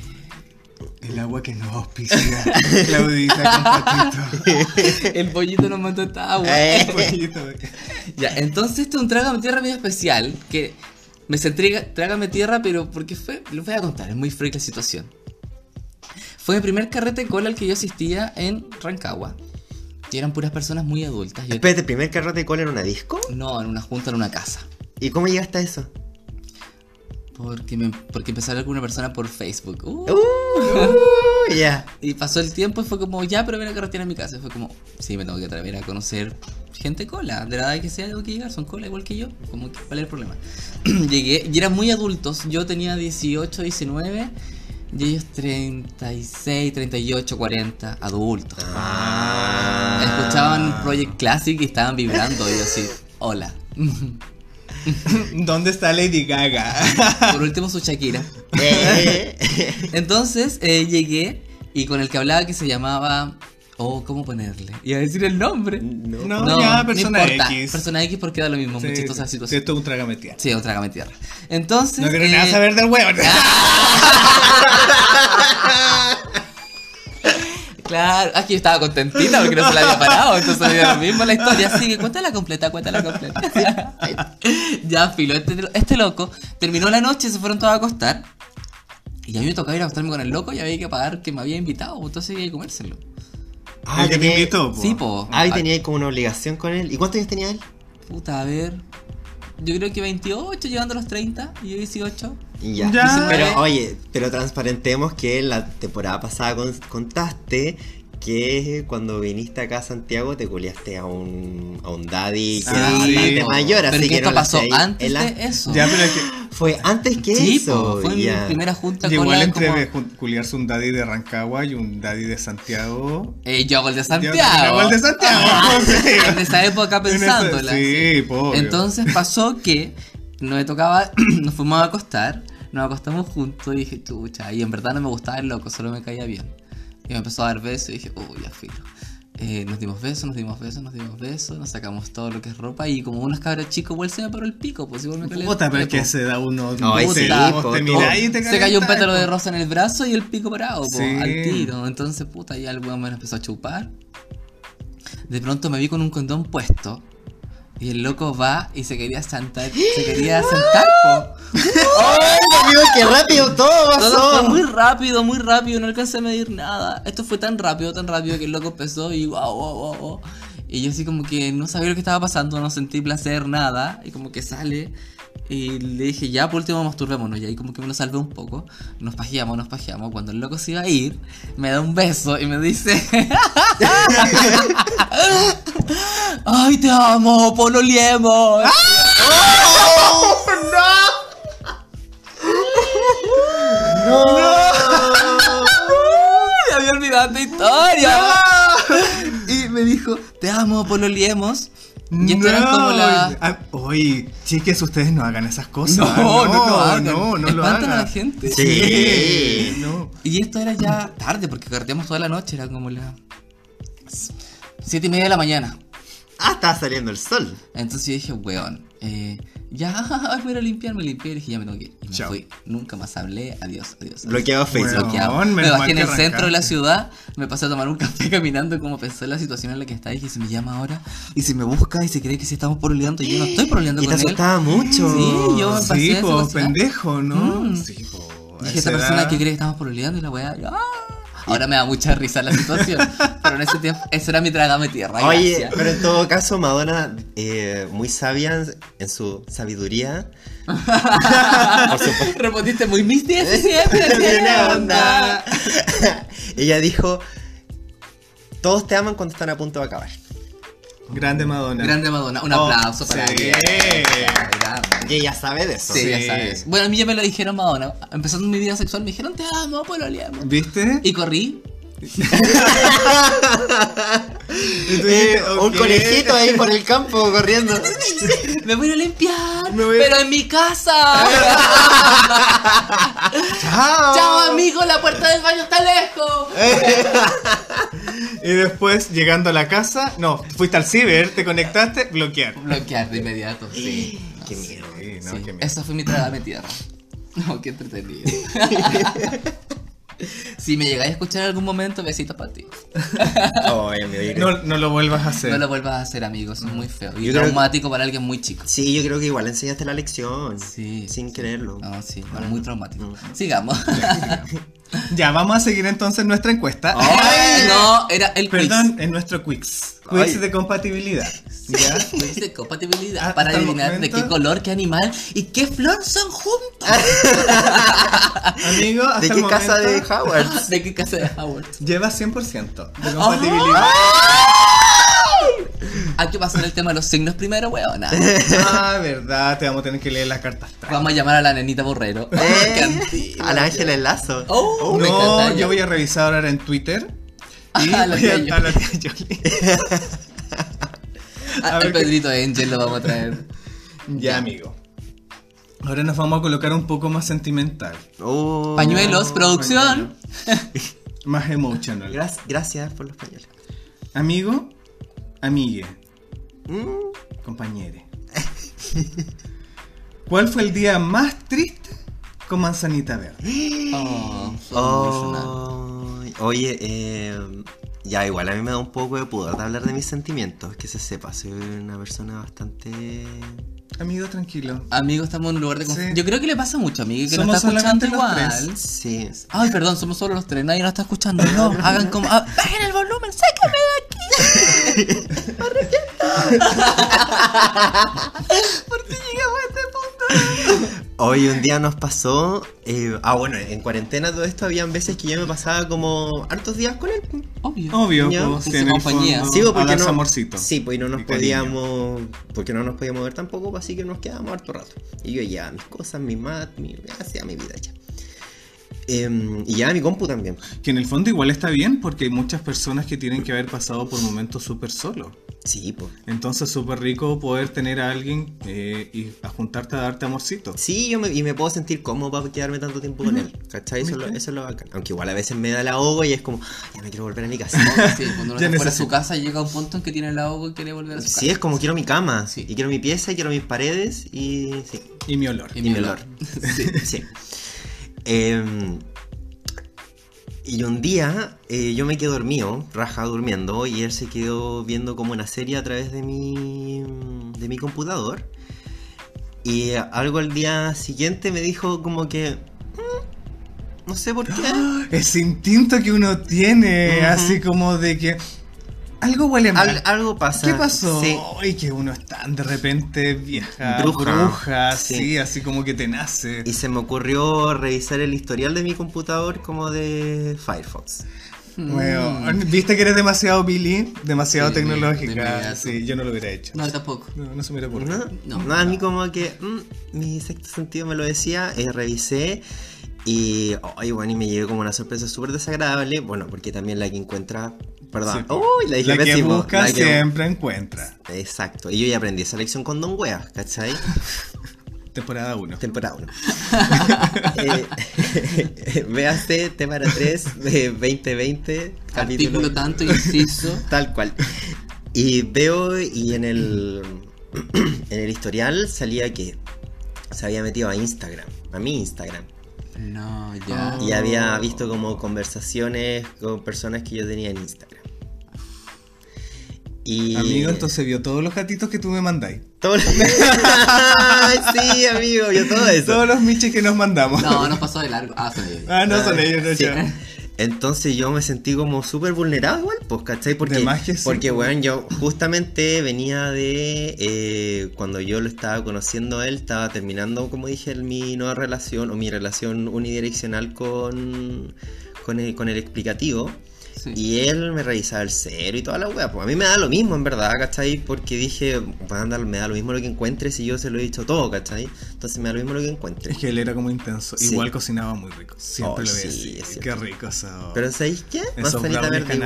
El agua que nos auspicia, Claudita con patito. El pollito nos mató esta agua. Eh. Un poquito de- Ya, entonces este es un trágame tierra medio especial que me sentí trágame tierra, pero porque fue, lo voy a contar, es muy freak la situación. Fue el primer carrete cola al que yo asistía en Rancagua. Y eran puras personas muy adultas. Yo, Espérate, primer carrete de cola en una disco. no, en una junta, en una casa. ¿Y cómo llegaste a eso? Porque, me, porque empecé a hablar con una persona por Facebook. Uh, Uh, ya. Y pasó el tiempo y fue como, ya, pero ven a carretear a mi casa. Y fue como, sí, me tengo que atrever a conocer gente cola. De la edad que sea, tengo que llegar, son cola igual que yo. Como que, ¿cuál es el problema? Llegué y eran muy adultos. Yo tenía 18, 19 y ellos 36, 38, 40, adultos. Ah. Escuchaban Project Classic y estaban vibrando. Y yo así, hola. ¿Dónde está Lady Gaga? Por último, su Shakira. Eh, Entonces eh, llegué y con el que hablaba que se llamaba. Oh, ¿cómo ponerle? Y a decir el nombre. no. No, ya, persona importa. X. Persona X porque da lo mismo, muy Sí, chistosa la sí, situación. esto es un tragametía. Sí, otra gama de tierra. Entonces. No quiero eh, nada saber del huevo. Claro, aquí yo estaba contentita porque no se la había parado, entonces me dio lo mismo la historia. Así que cuéntala completa, cuéntala completa. ya, filo, este, este loco terminó la noche, se fueron todos a acostar. Y a mí me tocaba ir a acostarme con el loco y había que pagar que me había invitado, pues, entonces había que comérselo. Ah, el que te tenía- invitó, po. Sí, po. Ay, tenía ahí como una obligación con él. ¿Y cuántos años tenía él? Puta, a ver. Yo creo que 28, llegando a los 30, y yo 18. Y ya. Ya. Dice, Pero oye, pero transparentemos que la temporada pasada con- contaste que cuando viniste acá a Santiago te culiaste a un, a un daddy Ah, que era Sí, bastante po. mayor, Pero así que que esto no la pasó hacía ahí. antes Él la- de eso. Ya, pero es que. Fue antes que Sí, eso. po, fue ya. mi primera junta con Igual la entre como- de jun- culiarse un daddy de Rancagua y un daddy de Santiago. Eh, yo hago el de Ya, Santiago. Igual de Santiago. en esa época En esa- pensándola. Sí, pobre. Entonces pasó que no me tocaba, nos fuimos a acostar, nos acostamos juntos y dije, chucha, y en verdad no me gustaba el loco, solo me caía bien. Y me empezó a dar besos y dije, uy, ya filo. Eh, nos dimos besos, nos dimos besos, nos dimos besos, nos sacamos todo lo que es ropa y como unos cabros chicos, igual se me paró el pico, pues igual me calé el Puta, pero es pico. que se da uno. No, ahí bote, sí, vos po, te tú- mirás y te se cayó un calentás, pétalo de po. rosa en el brazo y el pico parado, po, Sí. al tiro. Entonces, puta, ya el weón me lo empezó a chupar. De pronto me vi con un condón puesto. Y el loco va y se quería sentar. Se quería sentar, po. ¡Ay, amigo, qué rápido todo pasó! Todo fue muy rápido, muy rápido. No alcancé a medir nada. Esto fue tan rápido, tan rápido que el loco empezó y wow, wow, wow, wow. Y yo así como que no sabía lo que estaba pasando, no sentí placer, nada. Y como que sale. Y le dije, ya por último masturbémonos. Y ahí como que me lo salvé un poco. Nos pajeamos, nos pajeamos. Cuando el loco se iba a ir, me da un beso y me dice... ¡Ay, te amo! ¡Pololiemos! ¡No! ¡No! ¡Me había olvidado tu historia! Y me dijo, te amo, pololeemos. Y esto era como la... Ah, Oye, chiques, ustedes no hagan esas cosas. No, no, lo hagan. no, no lo Espantan a la hagan. gente. Sí, no. Y esto era ya tarde, porque carteamos toda la noche, era como las siete y media de la mañana. Ah, estaba saliendo el sol. Entonces yo dije, weón, eh, ya, ay, voy a ir a limpiar, me limpié, y dije, ya me tengo que ir. Y me Chao. fui, nunca más hablé, adiós, adiós. adiós. Bloqueado Facebook. Bueno. Bloqueado. Weón, Me menos mal bajé en que el centro de la arrancaste. ciudad, me pasé a tomar un café caminando, como pensé en la situación en la que está, y dije, si me llama ahora, y si me busca, y se cree que si estamos pololeando, yo no estoy pololeando Y te con él. asustaba mucho. Sí, yo- pasé Sí, esa po, velocidad. pendejo, ¿no? Mm. Sí, po. a Dije, esta esa persona edad- que cree que estamos pololeando y la weá. ¡ah! Ahora me da mucha risa la situación. pero en ese tiempo, eso era mi trágame tierra. Oye, gracias. pero en todo caso, Madonna, eh, muy sabia en su sabiduría. Por supuesto. Respondiste muy mis 17 tiene Buena onda. onda. Ella dijo: Todos te aman cuando están a punto de acabar. Grande Madonna. Grande Madonna, un Oh, aplauso para sí. ella. Grande. Y ella sabe de eso. Sí, Sí. ya sabes. Bueno, a mí ya me lo dijeron Madonna. Empezando mi vida sexual, me dijeron te amo, pololeamos. ¿Viste? Y corrí. Y tú Eh, dijiste, Un ok. conejito ahí por el campo corriendo. Me voy a limpiar, Me voy a- pero en mi casa. ¡Chao! Chao, amigo, la puerta del baño está lejos. Y después, llegando a la casa, no, fuiste al ciber, te conectaste, bloquear. Bloquear de inmediato, sí. No, Qué sí. miedo. Sí, no, Sí, qué miedo. Esa fue mi tragame tierra. No, qué entretenido. si me llegáis a escuchar en algún momento, besitos para ti. Ay, amigo, yo creo- No, no lo vuelvas a hacer. No lo vuelvas a hacer, amigo, eso es muy feo. Y Yo creo- traumático para alguien muy chico. Sí, yo creo que igual enseñaste la lección. Sí. Ah. Sin quererlo. No, sí, no, muy traumático. Mm. Sigamos. Ya, vamos a seguir entonces nuestra encuesta. Ay, no, era el quiz. Perdón, en nuestro quiz. Quiz Ay. de compatibilidad. Ya, quiz de compatibilidad Ah, para hasta el adivinar de momento. qué color, qué animal y qué flor son juntos. Amigo, hasta ¿De el qué casa de momento, Howard? ¿De qué casa de Howard? Llevas 100% de compatibilidad. Hay Ah, que pasar el tema de los signos primero, weona. Ah, verdad, te vamos a tener que leer las cartas. astrales. Vamos a llamar a la nenita borrero. Qué Eh, antigua. a la Ángela del Lazo. Oh, me encanta No, ella. yo voy a revisar ahora en Twitter. Y Ah, voy la a- tía Yoli. a la tía Yoli. Ah, a ver el qué- Pedrito Angel lo vamos a traer. Ya, Ya. amigo. Ahora nos vamos a colocar un poco más sentimental. Oh. Ah, Pañuelos, producción. Más emotional. Gra- gracias por los pañuelos. Amigo, amigue, Mm, compañere. ¿Cuál fue el día más triste con manzanita verde? Oh, soy emocional. oh, oye, eh, ya igual a mí me da un poco de pudor de hablar de mis sentimientos, que se sepa, soy una persona bastante... Amigo, tranquilo. Amigo, estamos en un lugar de conf- Sí. Yo creo que le pasa mucho, amigo, que no Somos está escuchando solamente los igual. Sí. Ay, perdón, somos solo los tres, nadie nos está escuchando. No, hagan como. ah, bajen el volumen, sáquenme de aquí. Me arrepiento. ¿Por qué llegamos a este punto? Hoy un día nos pasó... eh, ah, bueno, en cuarentena todo esto, habían veces que yo me pasaba como hartos días con él. Obvio. Obvio, Ya, pues, en en su el compañía. fondo, Sí, pues, a porque darse no, amorcito. Sí, pues y no nos y cariño. podíamos. Porque no nos podíamos ver tampoco, pues, así que nos quedábamos harto rato. Y yo llevaba mis cosas, mi mat, mi. hacía mi vida ya. Em, y ya mi compu también. Que en el fondo igual está bien porque hay muchas personas que tienen que haber pasado por momentos súper solos. Sí, pues. Entonces súper rico poder tener a alguien eh, y a juntarte a darte amorcito. Sí, yo me, y me puedo sentir cómodo para quedarme tanto tiempo con él. ¿Cachai? Eso, es lo- ¿Viste? eso es lo bacán. Aunque igual a veces me da la ahogo y es como, ya me quiero volver a mi casa. Sí, cuando uno Ya se fuera a su necesito. casa llega un punto en que tiene el ahogo y quiere volver a su sí, casa. es como quiero mi cama. Sí. Y quiero mi pieza, y quiero mis paredes. Y sí. Y mi olor. Y Y mi mi olor. olor. Sí. Em, y un día eh, yo me quedé dormido, raja durmiendo, y él se quedó viendo como una serie a través de mi, de mi computador. Y algo al día siguiente me dijo como que... "Mm, no sé por qué. Ese instinto que uno tiene, Ujú. así como de que algo huele mal. Al- algo pasa. ¿Qué pasó? Sí. Ay, que uno es tan de repente vieja, bruja, Bruja. sí. Sí. así como que te nace. Y se me ocurrió revisar el historial de mi computador como de Firefox. Mm. Weón, Viste que eres demasiado Billy, demasiado Sí, de tecnológica. inmediato. Sí, yo no lo hubiera hecho. No, tampoco. No, no se me hubiera No, ocurrido. No, no, a mí como que mm, mi sexto sentido me lo decía, eh, revisé y, ay, bueno, y me llegó como una sorpresa súper desagradable, bueno, porque también la que encuentra perdón. Sí. Uy, la dije La que pésimo, busca la que- siempre encuentra. Exacto. Y yo ya aprendí esa lección con Don Wea, ¿cachai? Temporada 1. Temporada Eh, 1. véase tema 3 de 2020, Artículo capítulo tanto, inciso. Tal cual. Y veo y en el en el historial salía que se había metido a Instagram, a mi Instagram, No, ya. Oh. Ah. y había visto como conversaciones con personas que yo tenía en Instagram. Y Amigo, entonces vio todos los gatitos que tú me mandáis. Todo lo- Ay, sí, amigo, yo todo eso. Todos los miches que nos mandamos. No, nos pasó de largo. Ah, son ellos. Ah, no son ellos, no Sí. yo. Entonces yo me sentí como súper vulnerado igual, pues, ¿cachai? Porque, De más que sí, porque pues. weón, yo justamente venía de... eh, cuando yo lo estaba conociendo a él, estaba terminando, como dije, el- mi nueva relación o mi relación unidireccional con, con, el, con el explicativo. Sí. Y él me revisaba el cero y toda la wea. Pues a mí me da lo mismo, en verdad, ¿cachai? Porque dije, anda, me da lo mismo lo que encuentres si yo se lo he dicho todo, ¿cachai? Entonces me da lo mismo lo que encuentres. Es que él era como intenso. Sí. Igual cocinaba muy rico. Siempre Oh, lo voy a sí, decir. es cierto. Qué rico eso. Pero ¿sabéis qué? Esos Manzanita brownies verde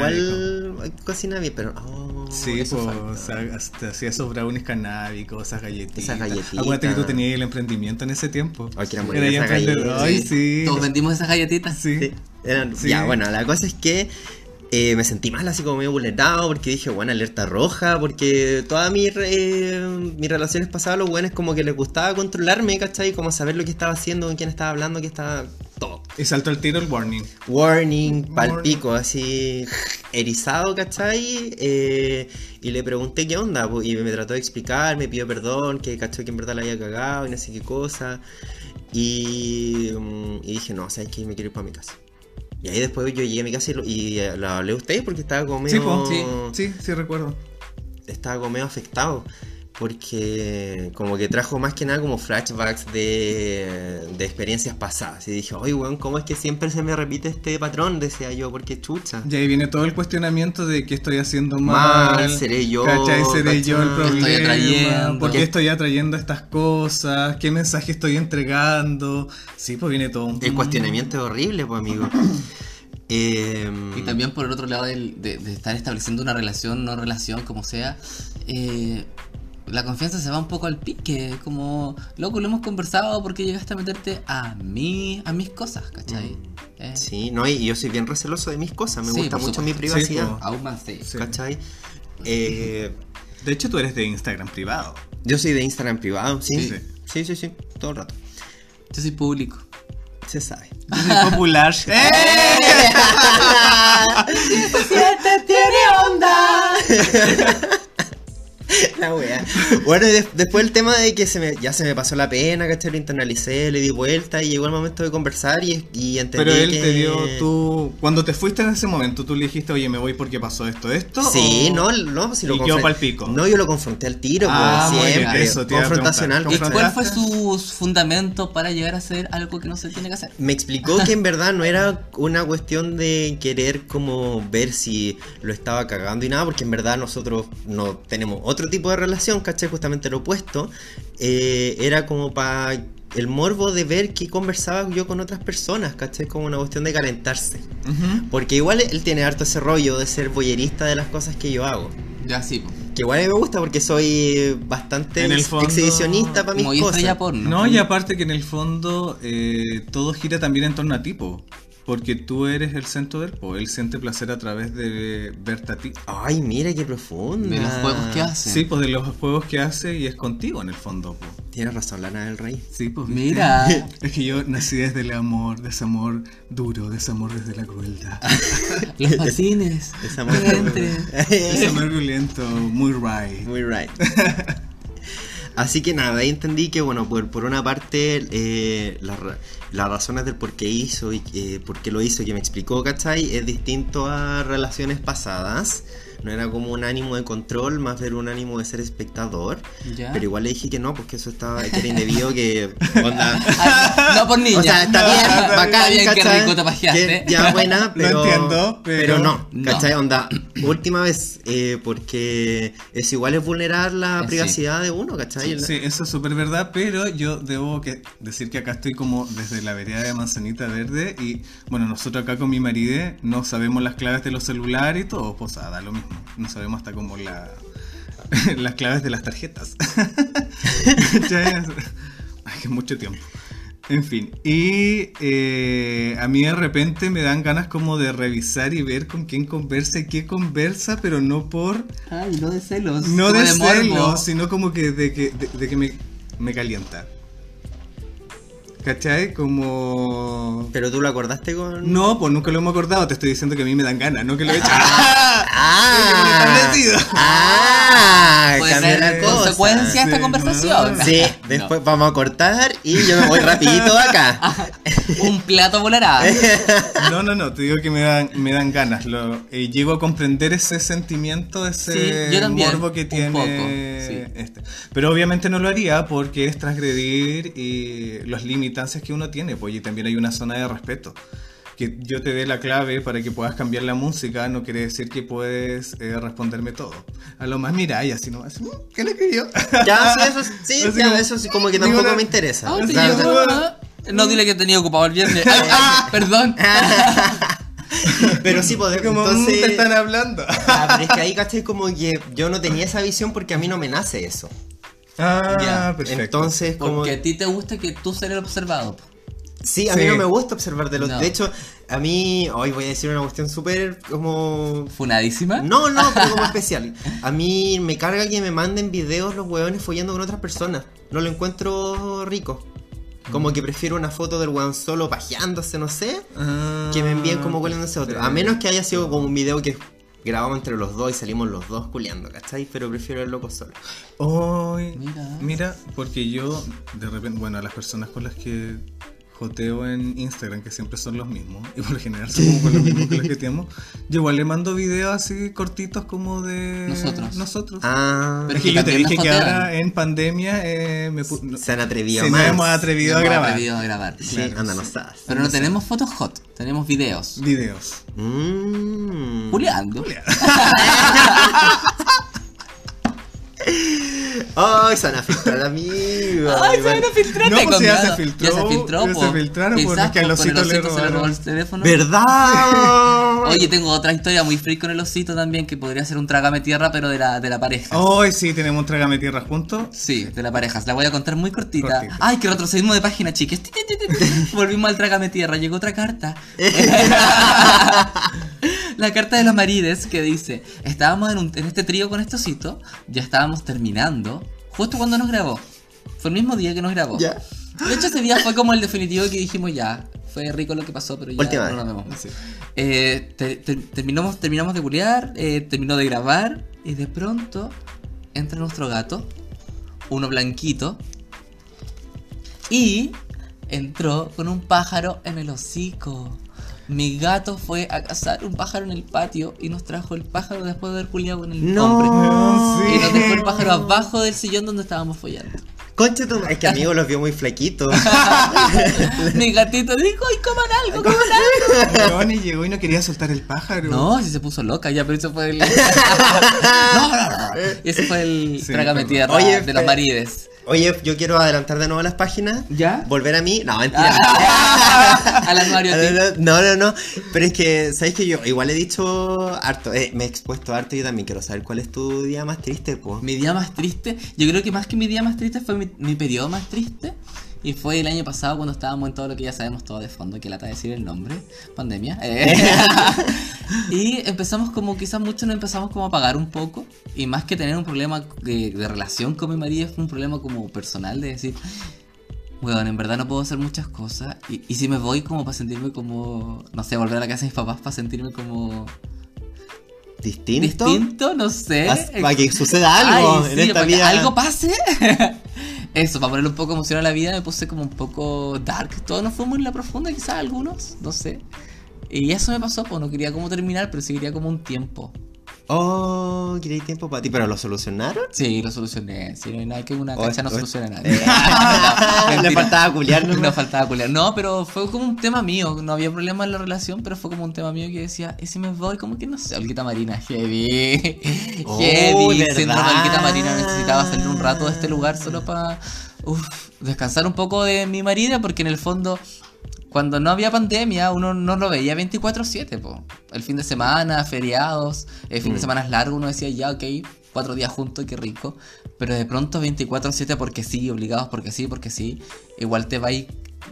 igual cocina bien, pero... oh, Sí, pues eso falta. te hacía esos brownies canábicos, esas galletitas. Esas galletitas. Acuérdate que tú tenías el emprendimiento en ese tiempo. Ay, que Era eran buenas ya esas emprendedor. galletas. Ay, sí. Todos vendimos esas galletitas. Sí. Sí, eran- Sí. Ya, bueno, la cosa es que eh, me sentí mal, así como medio vulnerado, porque dije, bueno, alerta roja, porque todas mis, re- eh, mis relaciones pasadas, los buenos como que les gustaba controlarme, ¿cachai? Como saber lo que estaba haciendo, con quién estaba hablando, qué estaba... Todo. Y saltó al tiro el warning. Warning, palpico, así erizado, ¿cachai? Eh, y le pregunté qué onda, po, y me trató de explicar, me pidió perdón, que cachó que en verdad la había cagado y no sé qué cosa. Y, mm, y dije, no, ¿sabes qué? Me quiero ir para mi casa. Y ahí después yo llegué a mi casa y lo, y, eh, lo hablé a ustedes porque estaba como Sí, medio, po, pues, sí, sí, sí, recuerdo. estaba como medio afectado. Porque como que trajo más que nada como flashbacks de, de experiencias pasadas. Y dije, oye, weón, ¿cómo es que siempre se me repite este patrón? Decía yo, porque chucha. Y ahí viene todo el cuestionamiento de qué estoy haciendo mal. Mal, seré yo. ¿Cachai? ¿Seré yo el ¿cachai? problema? Estoy atrayendo. ¿Por qué estoy atrayendo estas cosas? ¿Qué mensaje estoy entregando? Sí, pues viene todo un... El cuestionamiento es horrible, pues, amigo. Em, Y también por el otro lado del- de, de estar estableciendo una relación, no relación, como sea, eh, la confianza se va un poco al pique. Como, loco, lo hemos conversado porque llegaste a meterte a mí, a mis cosas, ¿cachai? Eh, Mm. Sí, no, y yo soy bien receloso de mis cosas. Me Sí, gusta por mucho mi supuesto. privacidad. Aún más, sí. Sí. ¿Cachai? Eh, De hecho, tú eres de Instagram privado. yo soy de Instagram privado, ¿sí? Sí. Sí, sí, sí, sí, todo el rato. Yo soy público. Se sabe. Yo soy popular. ¡Eh! La wea. Bueno, y de- después el tema de que se me, ya se me pasó la pena, ¿cachai? Lo internalicé, le di vuelta y llegó el momento de conversar y, y entendí Pero él que... te dio tú. Cuando te fuiste en ese momento, tú le dijiste, oye, me voy porque pasó esto, esto. Sí, o- no, no, si lo Y quedó confron- pa'l pico. No, yo lo confronté al tiro, Ah, pues, muy bien, siempre. eso te iba a confrontacional. ¿Y preguntar. ¿cachai? cuál fue su fundamento para llegar a hacer algo que no se tiene que hacer? Me explicó que en verdad no era una cuestión de querer como ver si lo estaba cagando y nada, porque en verdad nosotros no tenemos otro tipo de relación, ¿cachai? Justamente lo opuesto. Eh, era como para el morbo de ver qué conversaba yo con otras personas, ¿cachai? Como una cuestión de calentarse. Ujú. Porque igual él tiene harto ese rollo de ser boyerista de las cosas que yo hago. Ya, sí. po. Que igual a mí me gusta porque soy bastante En el ex- fondo, exhibicionista para mis Como cosas. estrella porno. No, y aparte que en el fondo eh, todo gira también en torno a tipo. Porque tú eres el centro del po. Él siente placer a través de verte a ti. Ay, mira qué profunda. De los juegos Ah, que hace. Sí, pues de los juegos que hace y es contigo en el fondo, po. Tienes razón, Lana del Rey. Sí, pues. ¿viste? Mira. Es que yo nací desde el amor, desamor duro, desamor desde la crueldad. Los patines. Esa Gente. desamor violento, muy right. Muy right. Así que nada, ahí entendí que, bueno, por, por una parte, eh, la ra- las razones del por qué hizo y eh, por qué lo hizo y que me explicó, ¿cachai? Es distinto a relaciones pasadas. no era como un ánimo de control, más ver un ánimo de ser espectador. Ya. Pero igual le dije que no, porque eso estaba, que era indebido, que onda. Ah, no por niña. O sea, está No, bien, está bacán, bien, qué ¿cachai? rico te pajeaste. Que ya buena, pero. entiendo, pero- no, No. ¿cachai? Onda, última vez, eh, porque es igual es vulnerar la Eh, Sí. privacidad de uno, ¿cachai? Sí, eso es súper verdad, pero yo debo que decir que acá estoy como desde la vereda de Manzanita Verde y bueno, nosotros acá con mi marido no sabemos las claves de los celulares y todo, pues ah, da lo mismo, no sabemos hasta como la, las claves de las tarjetas. Ya es- Ay, que mucho tiempo. En fin, y eh, a mí de repente me dan ganas como de revisar y ver con quién conversa y qué conversa, pero no por Ay, no de celos. no como de morbo. celo, sino como que de que, de, de que me, me calienta. ¿Cachai? Como... Pero tú lo acordaste con. No, pues nunca lo hemos acordado, te estoy diciendo que a mí me dan ganas, no que lo he hecho. ¡Ah! Sí, que me he establecido. ¡Ah! Puede Cambió ser la cosa. consecuencia de Sí, esta conversación. no. Sí, después vamos a cortar y yo me voy rapidito de acá. Un plato volará. No, no, no, te digo que me dan, me dan ganas. Lo, eh, llego a comprender ese sentimiento, ese Sí, yo también, morbo que un tiene poco, este. Pero obviamente no lo haría porque es transgredir y los limitancias que uno tiene, pues y también hay una zona de respeto. Que yo te dé la clave para que puedas cambiar la música no quiere decir que puedes eh, responderme todo. A lo más mira y así no vas, "Mm, ¿qué le escribió? Ya, sí, eso sí, Así ya, como- eso sí, como que digo, tampoco no- me interesa. Ah, Ay, sí, Claro. yo- ah, No dile que tenía ocupado el viernes. Ay, ay, perdón. Ah. Pero sí, podemos. Como, "Mm, Entonces, te están hablando. Ah, pero es que ahí, ¿cachai? Como que yo no tenía esa visión porque a mí no me nace eso. Ah, Ya, perfecto. Entonces, como. Porque a ti te gusta que tú seas el observado. po. Sí, a mí Sí. no me gusta observar de los. No. De hecho, a mí. Hoy voy a decir una cuestión súper como. ¿Funadísima? No, no, pero como especial. A mí me carga que me manden videos los hueones follando con otras personas. No lo encuentro rico. Mm. Como que prefiero una foto del hueón solo pajeándose, no sé. Ah, Que me envíen Ah, como culiándose a otro. A menos que haya sido como un video que grabamos entre los dos y salimos los dos culiando, ¿cachai? Pero prefiero el loco solo. Ay, Mira. mira. porque yo de repente, bueno, a las personas con las que joteo en Instagram, que siempre son los mismos, y por lo general son como con los mismos con los que te amo, yo igual le mando videos así cortitos como de Nosotros. nosotros. Ah, Pero es que yo te también dije nos que jotean. ahora en pandemia eh, me pu- no- se han atrevido se nos más. hemos atrevido a No, grabar atrevido a grabar. Sí, Claro, andan sí. osadas. Pero no tenemos fotos hot, tenemos videos. videos. Mm. Juliando. ¡Ay, se van a filtrar, amigo! Ay, se Igual- van a filtrar. No, te pues ya se conviado. filtró, Ya se filtró, ya po. se filtraron, Quizás, porque al po, con el osito le osito se le robó robaron. el teléfono. ¡Verdad! Oye, tengo otra historia muy freak con el osito también, que podría ser un trágame tierra, pero de la, de la pareja. Hoy sí tenemos un trágame tierra juntos. Sí, de la pareja. Se la voy a contar muy cortita. Cortita. Ay, que retrocedimos de página, chicas. Ti, ti, ti, ti, ti. Volvimos al trágame tierra. Llegó otra carta. la carta de los marides que dice: Estábamos en, un- en este trío con Estocito. Ya estábamos terminando. Justo cuando nos grabó. Fue el mismo día que nos grabó. Ya. De hecho, ese día fue como el definitivo que dijimos ya. Fue rico lo que pasó, pero ya Última no vez. nos vemos más. Sí. Eh, te- te- terminamos, terminamos de culiar, eh, terminó de grabar y de pronto entra nuestro gato, uno blanquito, y entró con un pájaro en el hocico. Mi gato fue a cazar un pájaro en el patio y nos trajo el pájaro después de haber culiado con el hombre. ¡No! Sí. Y nos dejó el pájaro abajo del sillón donde estábamos follando. Concha tu- Es que amigo los vio muy flaquitos. Mi gatito dijo, ay, coman algo, coman algo. León y llegó y no quería soltar el pájaro. No, si se puso loca ya, pero eso fue el. No, no, no, no. Ese fue el Sí, trágame perdón. tierra Oye, de los fe- marides. Oye, yo quiero adelantar de nuevo las páginas. ¿Ya? Ah, Volver a mí. No, mentira. A las Mario Team. No, no, no. Pero es que, ¿sabes que Yo igual he dicho harto. eh, me he expuesto harto y yo también quiero saber cuál es tu día más triste, pues. Mi día más triste, yo creo que más que mi día más triste fue mi, mi periodo más triste. Y fue el año pasado cuando estábamos en todo lo que ya sabemos todo de fondo, que lata decir el nombre, pandemia. Eh. y empezamos como, quizás muchos nos empezamos como a pagar un poco. Y más que tener un problema de, de relación con mi marido, fue un problema como personal de decir, Weón, en verdad no puedo hacer muchas cosas. Y, y si me voy como para sentirme como, no sé, volver a la casa de mis papás para sentirme como ¿Distinto? distinto, no sé. Haz- Para que suceda algo ¿Eh? Ay, en sí, esta para que vida. algo pase. Eso, para ponerle un poco emoción a la vida, me puse como un poco dark. Todos nos fuimos en la profunda, quizás algunos, no sé. Y eso me pasó, pues no quería como terminar, pero sí quería como un tiempo. Oh, quería tiempo para ti, pero lo solucionaron. Sí, lo solucioné. Si no hay nada que una Oh, cancha no oh. soluciona nada. Le Ah, Mentira. faltaba culiar, ¿no? No faltaba culiar. No, pero fue como un tema mío. No había problema en la relación, pero fue como un tema mío que decía, ¿y si me voy? Como que no sé, Olguita Marina, heavy. Oh, heavy. ¿verdad? Síndrome de Olguita Marina. Necesitaba salir un rato de este lugar solo para descansar un poco de mi marina, porque en el fondo. Cuando no había pandemia, uno no lo veía 24-7, po. El fin de semana, feriados, el fin de Mm. semana es largo, uno decía, ya, ok, cuatro días juntos, qué rico. Pero de pronto 24-7 porque sí, obligados porque sí, porque sí. Igual te vais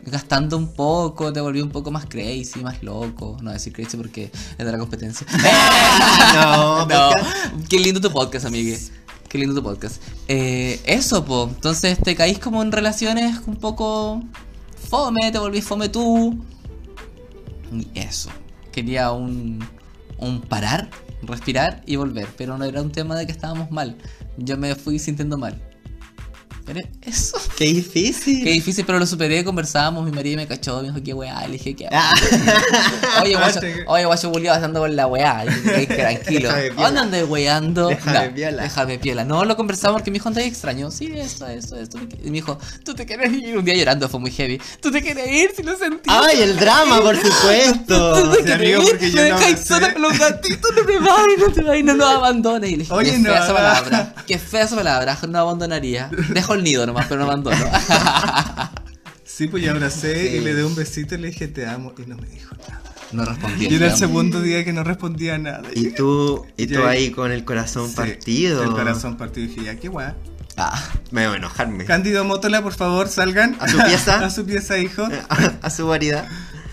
gastando un poco, te volví un poco más crazy, más loco. No decir crazy porque es de la competencia. Ah, No, No. podcast. Qué lindo tu podcast, amigue. Qué lindo tu podcast. Eh, eso, po. Entonces te caís como en relaciones un poco fome, te volvís fome tú. Y eso. Quería un, un parar, respirar y volver. Pero no era un tema de que estábamos mal. Yo me fui sintiendo mal. Pero eso. Qué difícil. Qué difícil, pero lo superé, conversábamos, mi marido me cachó, me dijo, qué weá, le dije, qué weá. Ah, Oye, guacho, Espérate. oye, guacho Julio andando con la weá. y yo, "Ey, Tranquilo. Déjame piola. ¿Dónde andas weando? Déjame no, piola. Déjame piola. No, lo conversamos porque me dijo, andáis extraño. Sí, esto, esto, esto. Y me dijo, tú te quieres ir. Un día llorando fue muy heavy. Tú te quieres ir si lo sentí. Ay, el drama, por supuesto. Sí, amigo, porque yo me no dejáis me sola sé. con los gatitos, no me vas, no te vas, no nos abandones. Y le dije, Oye, qué fea no, esa no. palabra, qué fea esa palabra, no abandonaría. Dejo el nido nomás, pero no abandono. Sí, pues yo abracé Sí. y le di un besito y le dije te amo y no me dijo nada. No respondí. Y era el digamos. segundo día que no respondía a nada. Y tú, y tú Yo- ahí con el corazón Sí, partido. El corazón partido y dije, ya qué guay. Ah. Me voy a enojarme. Cándido Mótola, por favor, salgan. ¿A su pieza? Eh. a su pieza, hijo. a su variedad.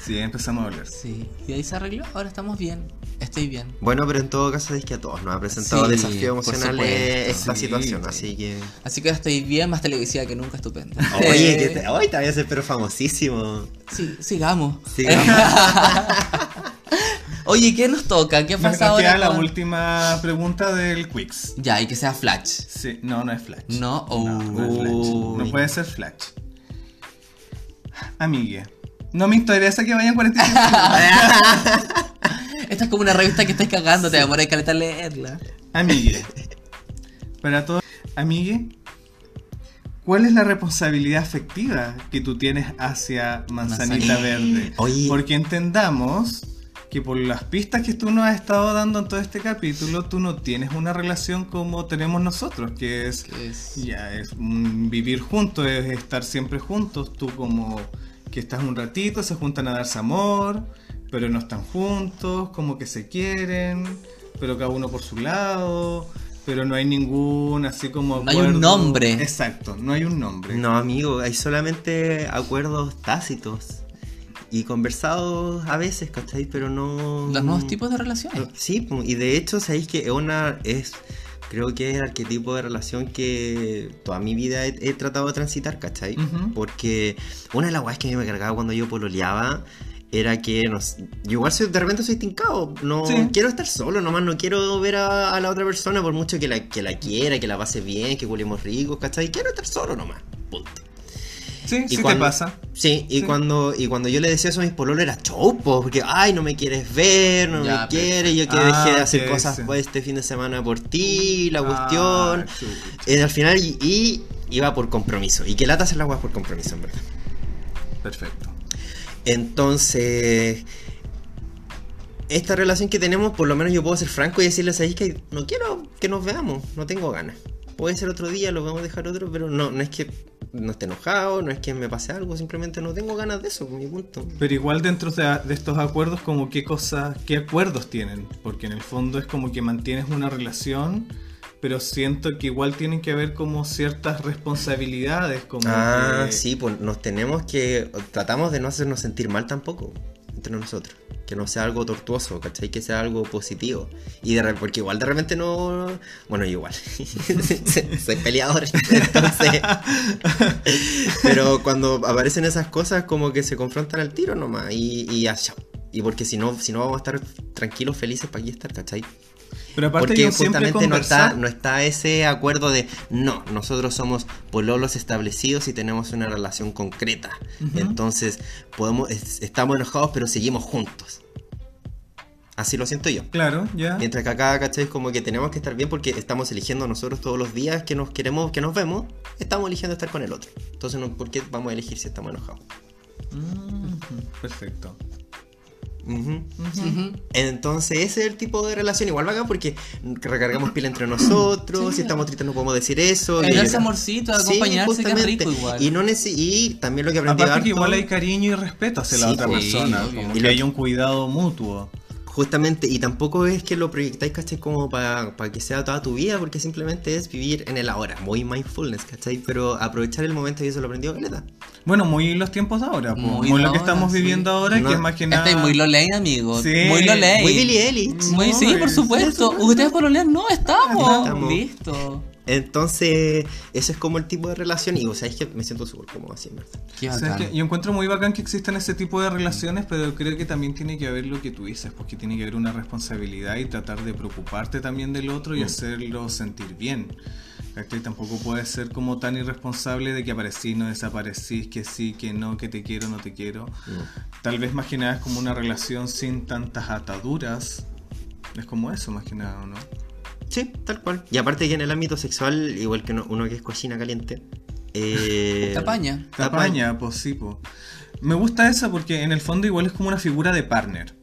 Sí, empezamos a hablar. Sí, y ahí se arregló, ahora estamos bien, estoy bien. Bueno, pero en todo caso es que a todos nos ha presentado Sí, desafíos por emocionales supuesto. esta Sí, situación, sí. así que... Así que ahora estoy bien, más televisiva que nunca, estupendo. Oye, que Eh, te... hoy te voy a hacer pero famosísimo. Sí, sigamos. Sigamos. Oye, ¿qué nos toca? ¿Qué ha Nos, pasado nos queda ahora la con- última pregunta del Quicks. Ya, y que sea Flash. Sí, no, no es Flash. No, oh. no, no es Uy. Flash. No puede ser Flash. Amigue, no me interesa que vayan 45 minutos. Esta es como una revista que estáis cagando, te demoráis caleta en leerla. Amigue, para todos, amigue, ¿cuál es la responsabilidad afectiva que tú tienes hacia Manzanita Manzanita. Verde? Oye. Porque entendamos que por las pistas que tú nos has estado dando en todo este capítulo, tú no tienes una relación como tenemos nosotros, que es Que es- ya es un vivir juntos, es estar siempre juntos. Tú como que estás un ratito, se juntan a darse amor, pero no están juntos, como que se quieren, pero cada uno por su lado, pero no hay ningún así como No hay un nombre. Exacto, no hay un nombre. No, amigo, hay solamente acuerdos tácitos y conversados a veces, ¿cachai? Pero no... Los nuevos tipos de relaciones. Sí, pu, y de hecho, sabéis que es una es creo que es el arquetipo de relación que toda mi vida he, he tratado de transitar, ¿cachai? Ujú. Porque una de las guays que a mí me cargaba cuando yo pololeaba era que no sé, yo igual soy, de repente soy tincado, no Sí. quiero estar solo, nomás no quiero ver a, a la otra persona por mucho que la, que la quiera, que la pase bien, que culemos ricos, ¿cachai? Quiero estar solo nomás, punto. Sí, sí cuando- te pasa. Sí, y Sí. cuando y cuando yo le decía eso a mis pololos era chau, po, porque ay, no me quieres ver, no Ya, me pero- quieres, yo que Ah, dejé de hacer ok, cosas sí. pues, este fin de semana por ti, la cuestión. Ah, chuta. Eh, al final y, y iba por compromiso, y que lata hacer las guas por compromiso, en verdad. Perfecto. Entonces, esta relación que tenemos, por lo menos yo puedo ser franco y decirles ahí que no quiero que nos veamos, no tengo ganas. Puede ser otro día, lo vamos a dejar otro, pero no, no es que no esté enojado, no es que me pase algo, simplemente no tengo ganas de eso, mi punto. Pero igual dentro de, de estos acuerdos, como qué cosas, qué acuerdos tienen, porque en el fondo es como que mantienes una relación, pero siento que igual tienen que haber como ciertas responsabilidades, como Ah, que- sí, pues nos tenemos que. Tratamos de no hacernos sentir mal tampoco entre nosotros. Que no sea algo tortuoso, ¿cachai? Que sea algo positivo. Y de re- porque igual de repente no. Bueno, yo igual. Soy peleador. Entonces. Pero cuando aparecen esas cosas, como que se confrontan al tiro nomás. Y, y ya, chao. Y porque si no, si no vamos a estar tranquilos, felices para aquí estar, ¿cachai? Pero aparte Porque yo siempre justamente no está, conversar, no está ese acuerdo de no, nosotros somos pololos establecidos y tenemos una relación concreta. Entonces, podemos, es- estamos enojados, pero seguimos juntos. Así lo siento yo. Claro, ya. Mientras que acá, ¿cachai? Como que tenemos que estar bien porque estamos eligiendo nosotros todos los días que nos queremos, que nos vemos, estamos eligiendo estar con el otro. Entonces, no- ¿por qué vamos a elegir si estamos enojados? Mm, perfecto. Ujú. Ujú. Entonces, ese es el tipo de relación igual bacán porque recargamos pila entre nosotros, si estamos tristes no podemos decir eso. El y- darse amorcito, Sí, acompañarse, que es justamente. rico igual. Y, no neci- y también lo que aprendí Aparte que harto- igual hay cariño y respeto hacia la Sí, otra pues, persona. sí, obvio. como Y que lo- hay un cuidado mutuo. Justamente, y tampoco es que lo proyectáis, ¿cachai? Como para que sea toda tu vida, porque simplemente es vivir en el ahora, muy mindfulness, ¿cachai? Pero aprovechar el momento y eso lo aprendió Violeta. Bueno, muy los tiempos de ahora, po. muy Muy de lo que ahora, estamos sí. viviendo ahora, No. que es más que nada. Estáis muy lolei, amigo. Sí. Muy lolei. Muy Billie Eilish. Muy, sí, No, por es- supuesto. Ustedes por olear no estamos. Estamos. Listo. Entonces, ese es como el tipo de relación, y o sea, es que me siento súper cómodo así, en verdad. Qué O sea, es bacán. que yo encuentro muy bacán que existan ese tipo de relaciones, pero creo que también tiene que haber lo que tú dices, porque tiene que haber una responsabilidad y tratar de preocuparte también del otro y Mm. hacerlo sentir bien. ¿Cachai? Tampoco puedes ser como tan irresponsable de que aparecís, no desaparecís, que sí, que no, que te quiero, no te quiero. Tal vez más que nada es como una relación sin tantas ataduras. Es como eso, más que nada, ¿o ¿no? Sí, tal cual. Y aparte que en el ámbito sexual, igual que uno, uno que es cocina caliente, eh, Te apaña. Te apaña, pues sí, po. Me gusta esa porque en el fondo igual es como una figura de partner.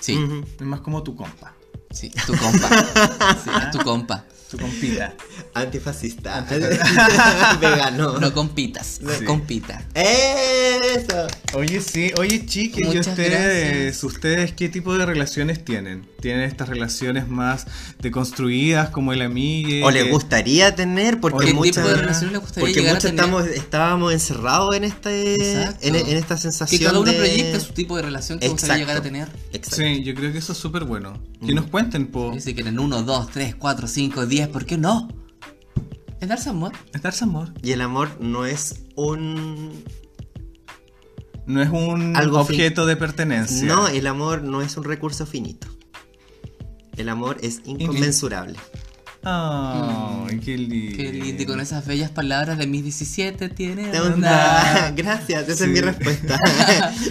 Sí, Ujú. Es más como tu compa, ¿eh? sí, tu compa. Sí, Ah, tu compa. tu compita. Antifascista. Vegano. No compitas, Sí. compita. Eso. Oye, sí, oye, chiques, ¿y Muchas ustedes, gracias. ustedes qué tipo de relaciones tienen? ¿Tienen estas relaciones más deconstruidas como el amigue? O le que- gustaría tener, ¿O porque qué ¿Qué tipo muchas de relación le gustaría porque llegar muchos a tener? estamos, estábamos encerrados en este Exacto. en, en esta que sensación cada uno de... proyecta su tipo de relación que gustaría Exacto. llegar a tener. Exacto. Sí, yo creo que eso es súper bueno. Que Mm. nos cuenten, po. Y si quieren 1, 2, 3, 4, 5, 10, ¿por qué no? Es darse amor. Es darse amor. Y el amor no es un No es un Algo fin- objeto de pertenencia. no, el amor no es un recurso finito. El amor es inconmensurable. Ay, qué lindo. Qué lindo, y con esas bellas palabras de mis 17 tiene Onda. onda. Gracias, Sí. esa es mi respuesta.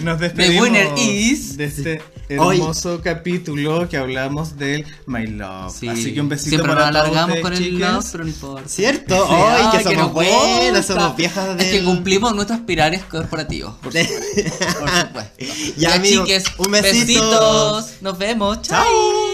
Nos despedimos winner is- de este Hoy- hermoso capítulo que hablamos del My Love. Sí. Así que un besito Siempre para nos alargamos todos con ustedes, el chiques. love, pero no importa. ¿Cierto? Sí, Hoy ay, que somos nos buenas, gusta. somos viejas de Es que cumplimos nuestros pilares corporativos. Por supuesto. Por supuesto. Ya, amigos, un besito. Besitos. Nos vemos. Chao. Chao.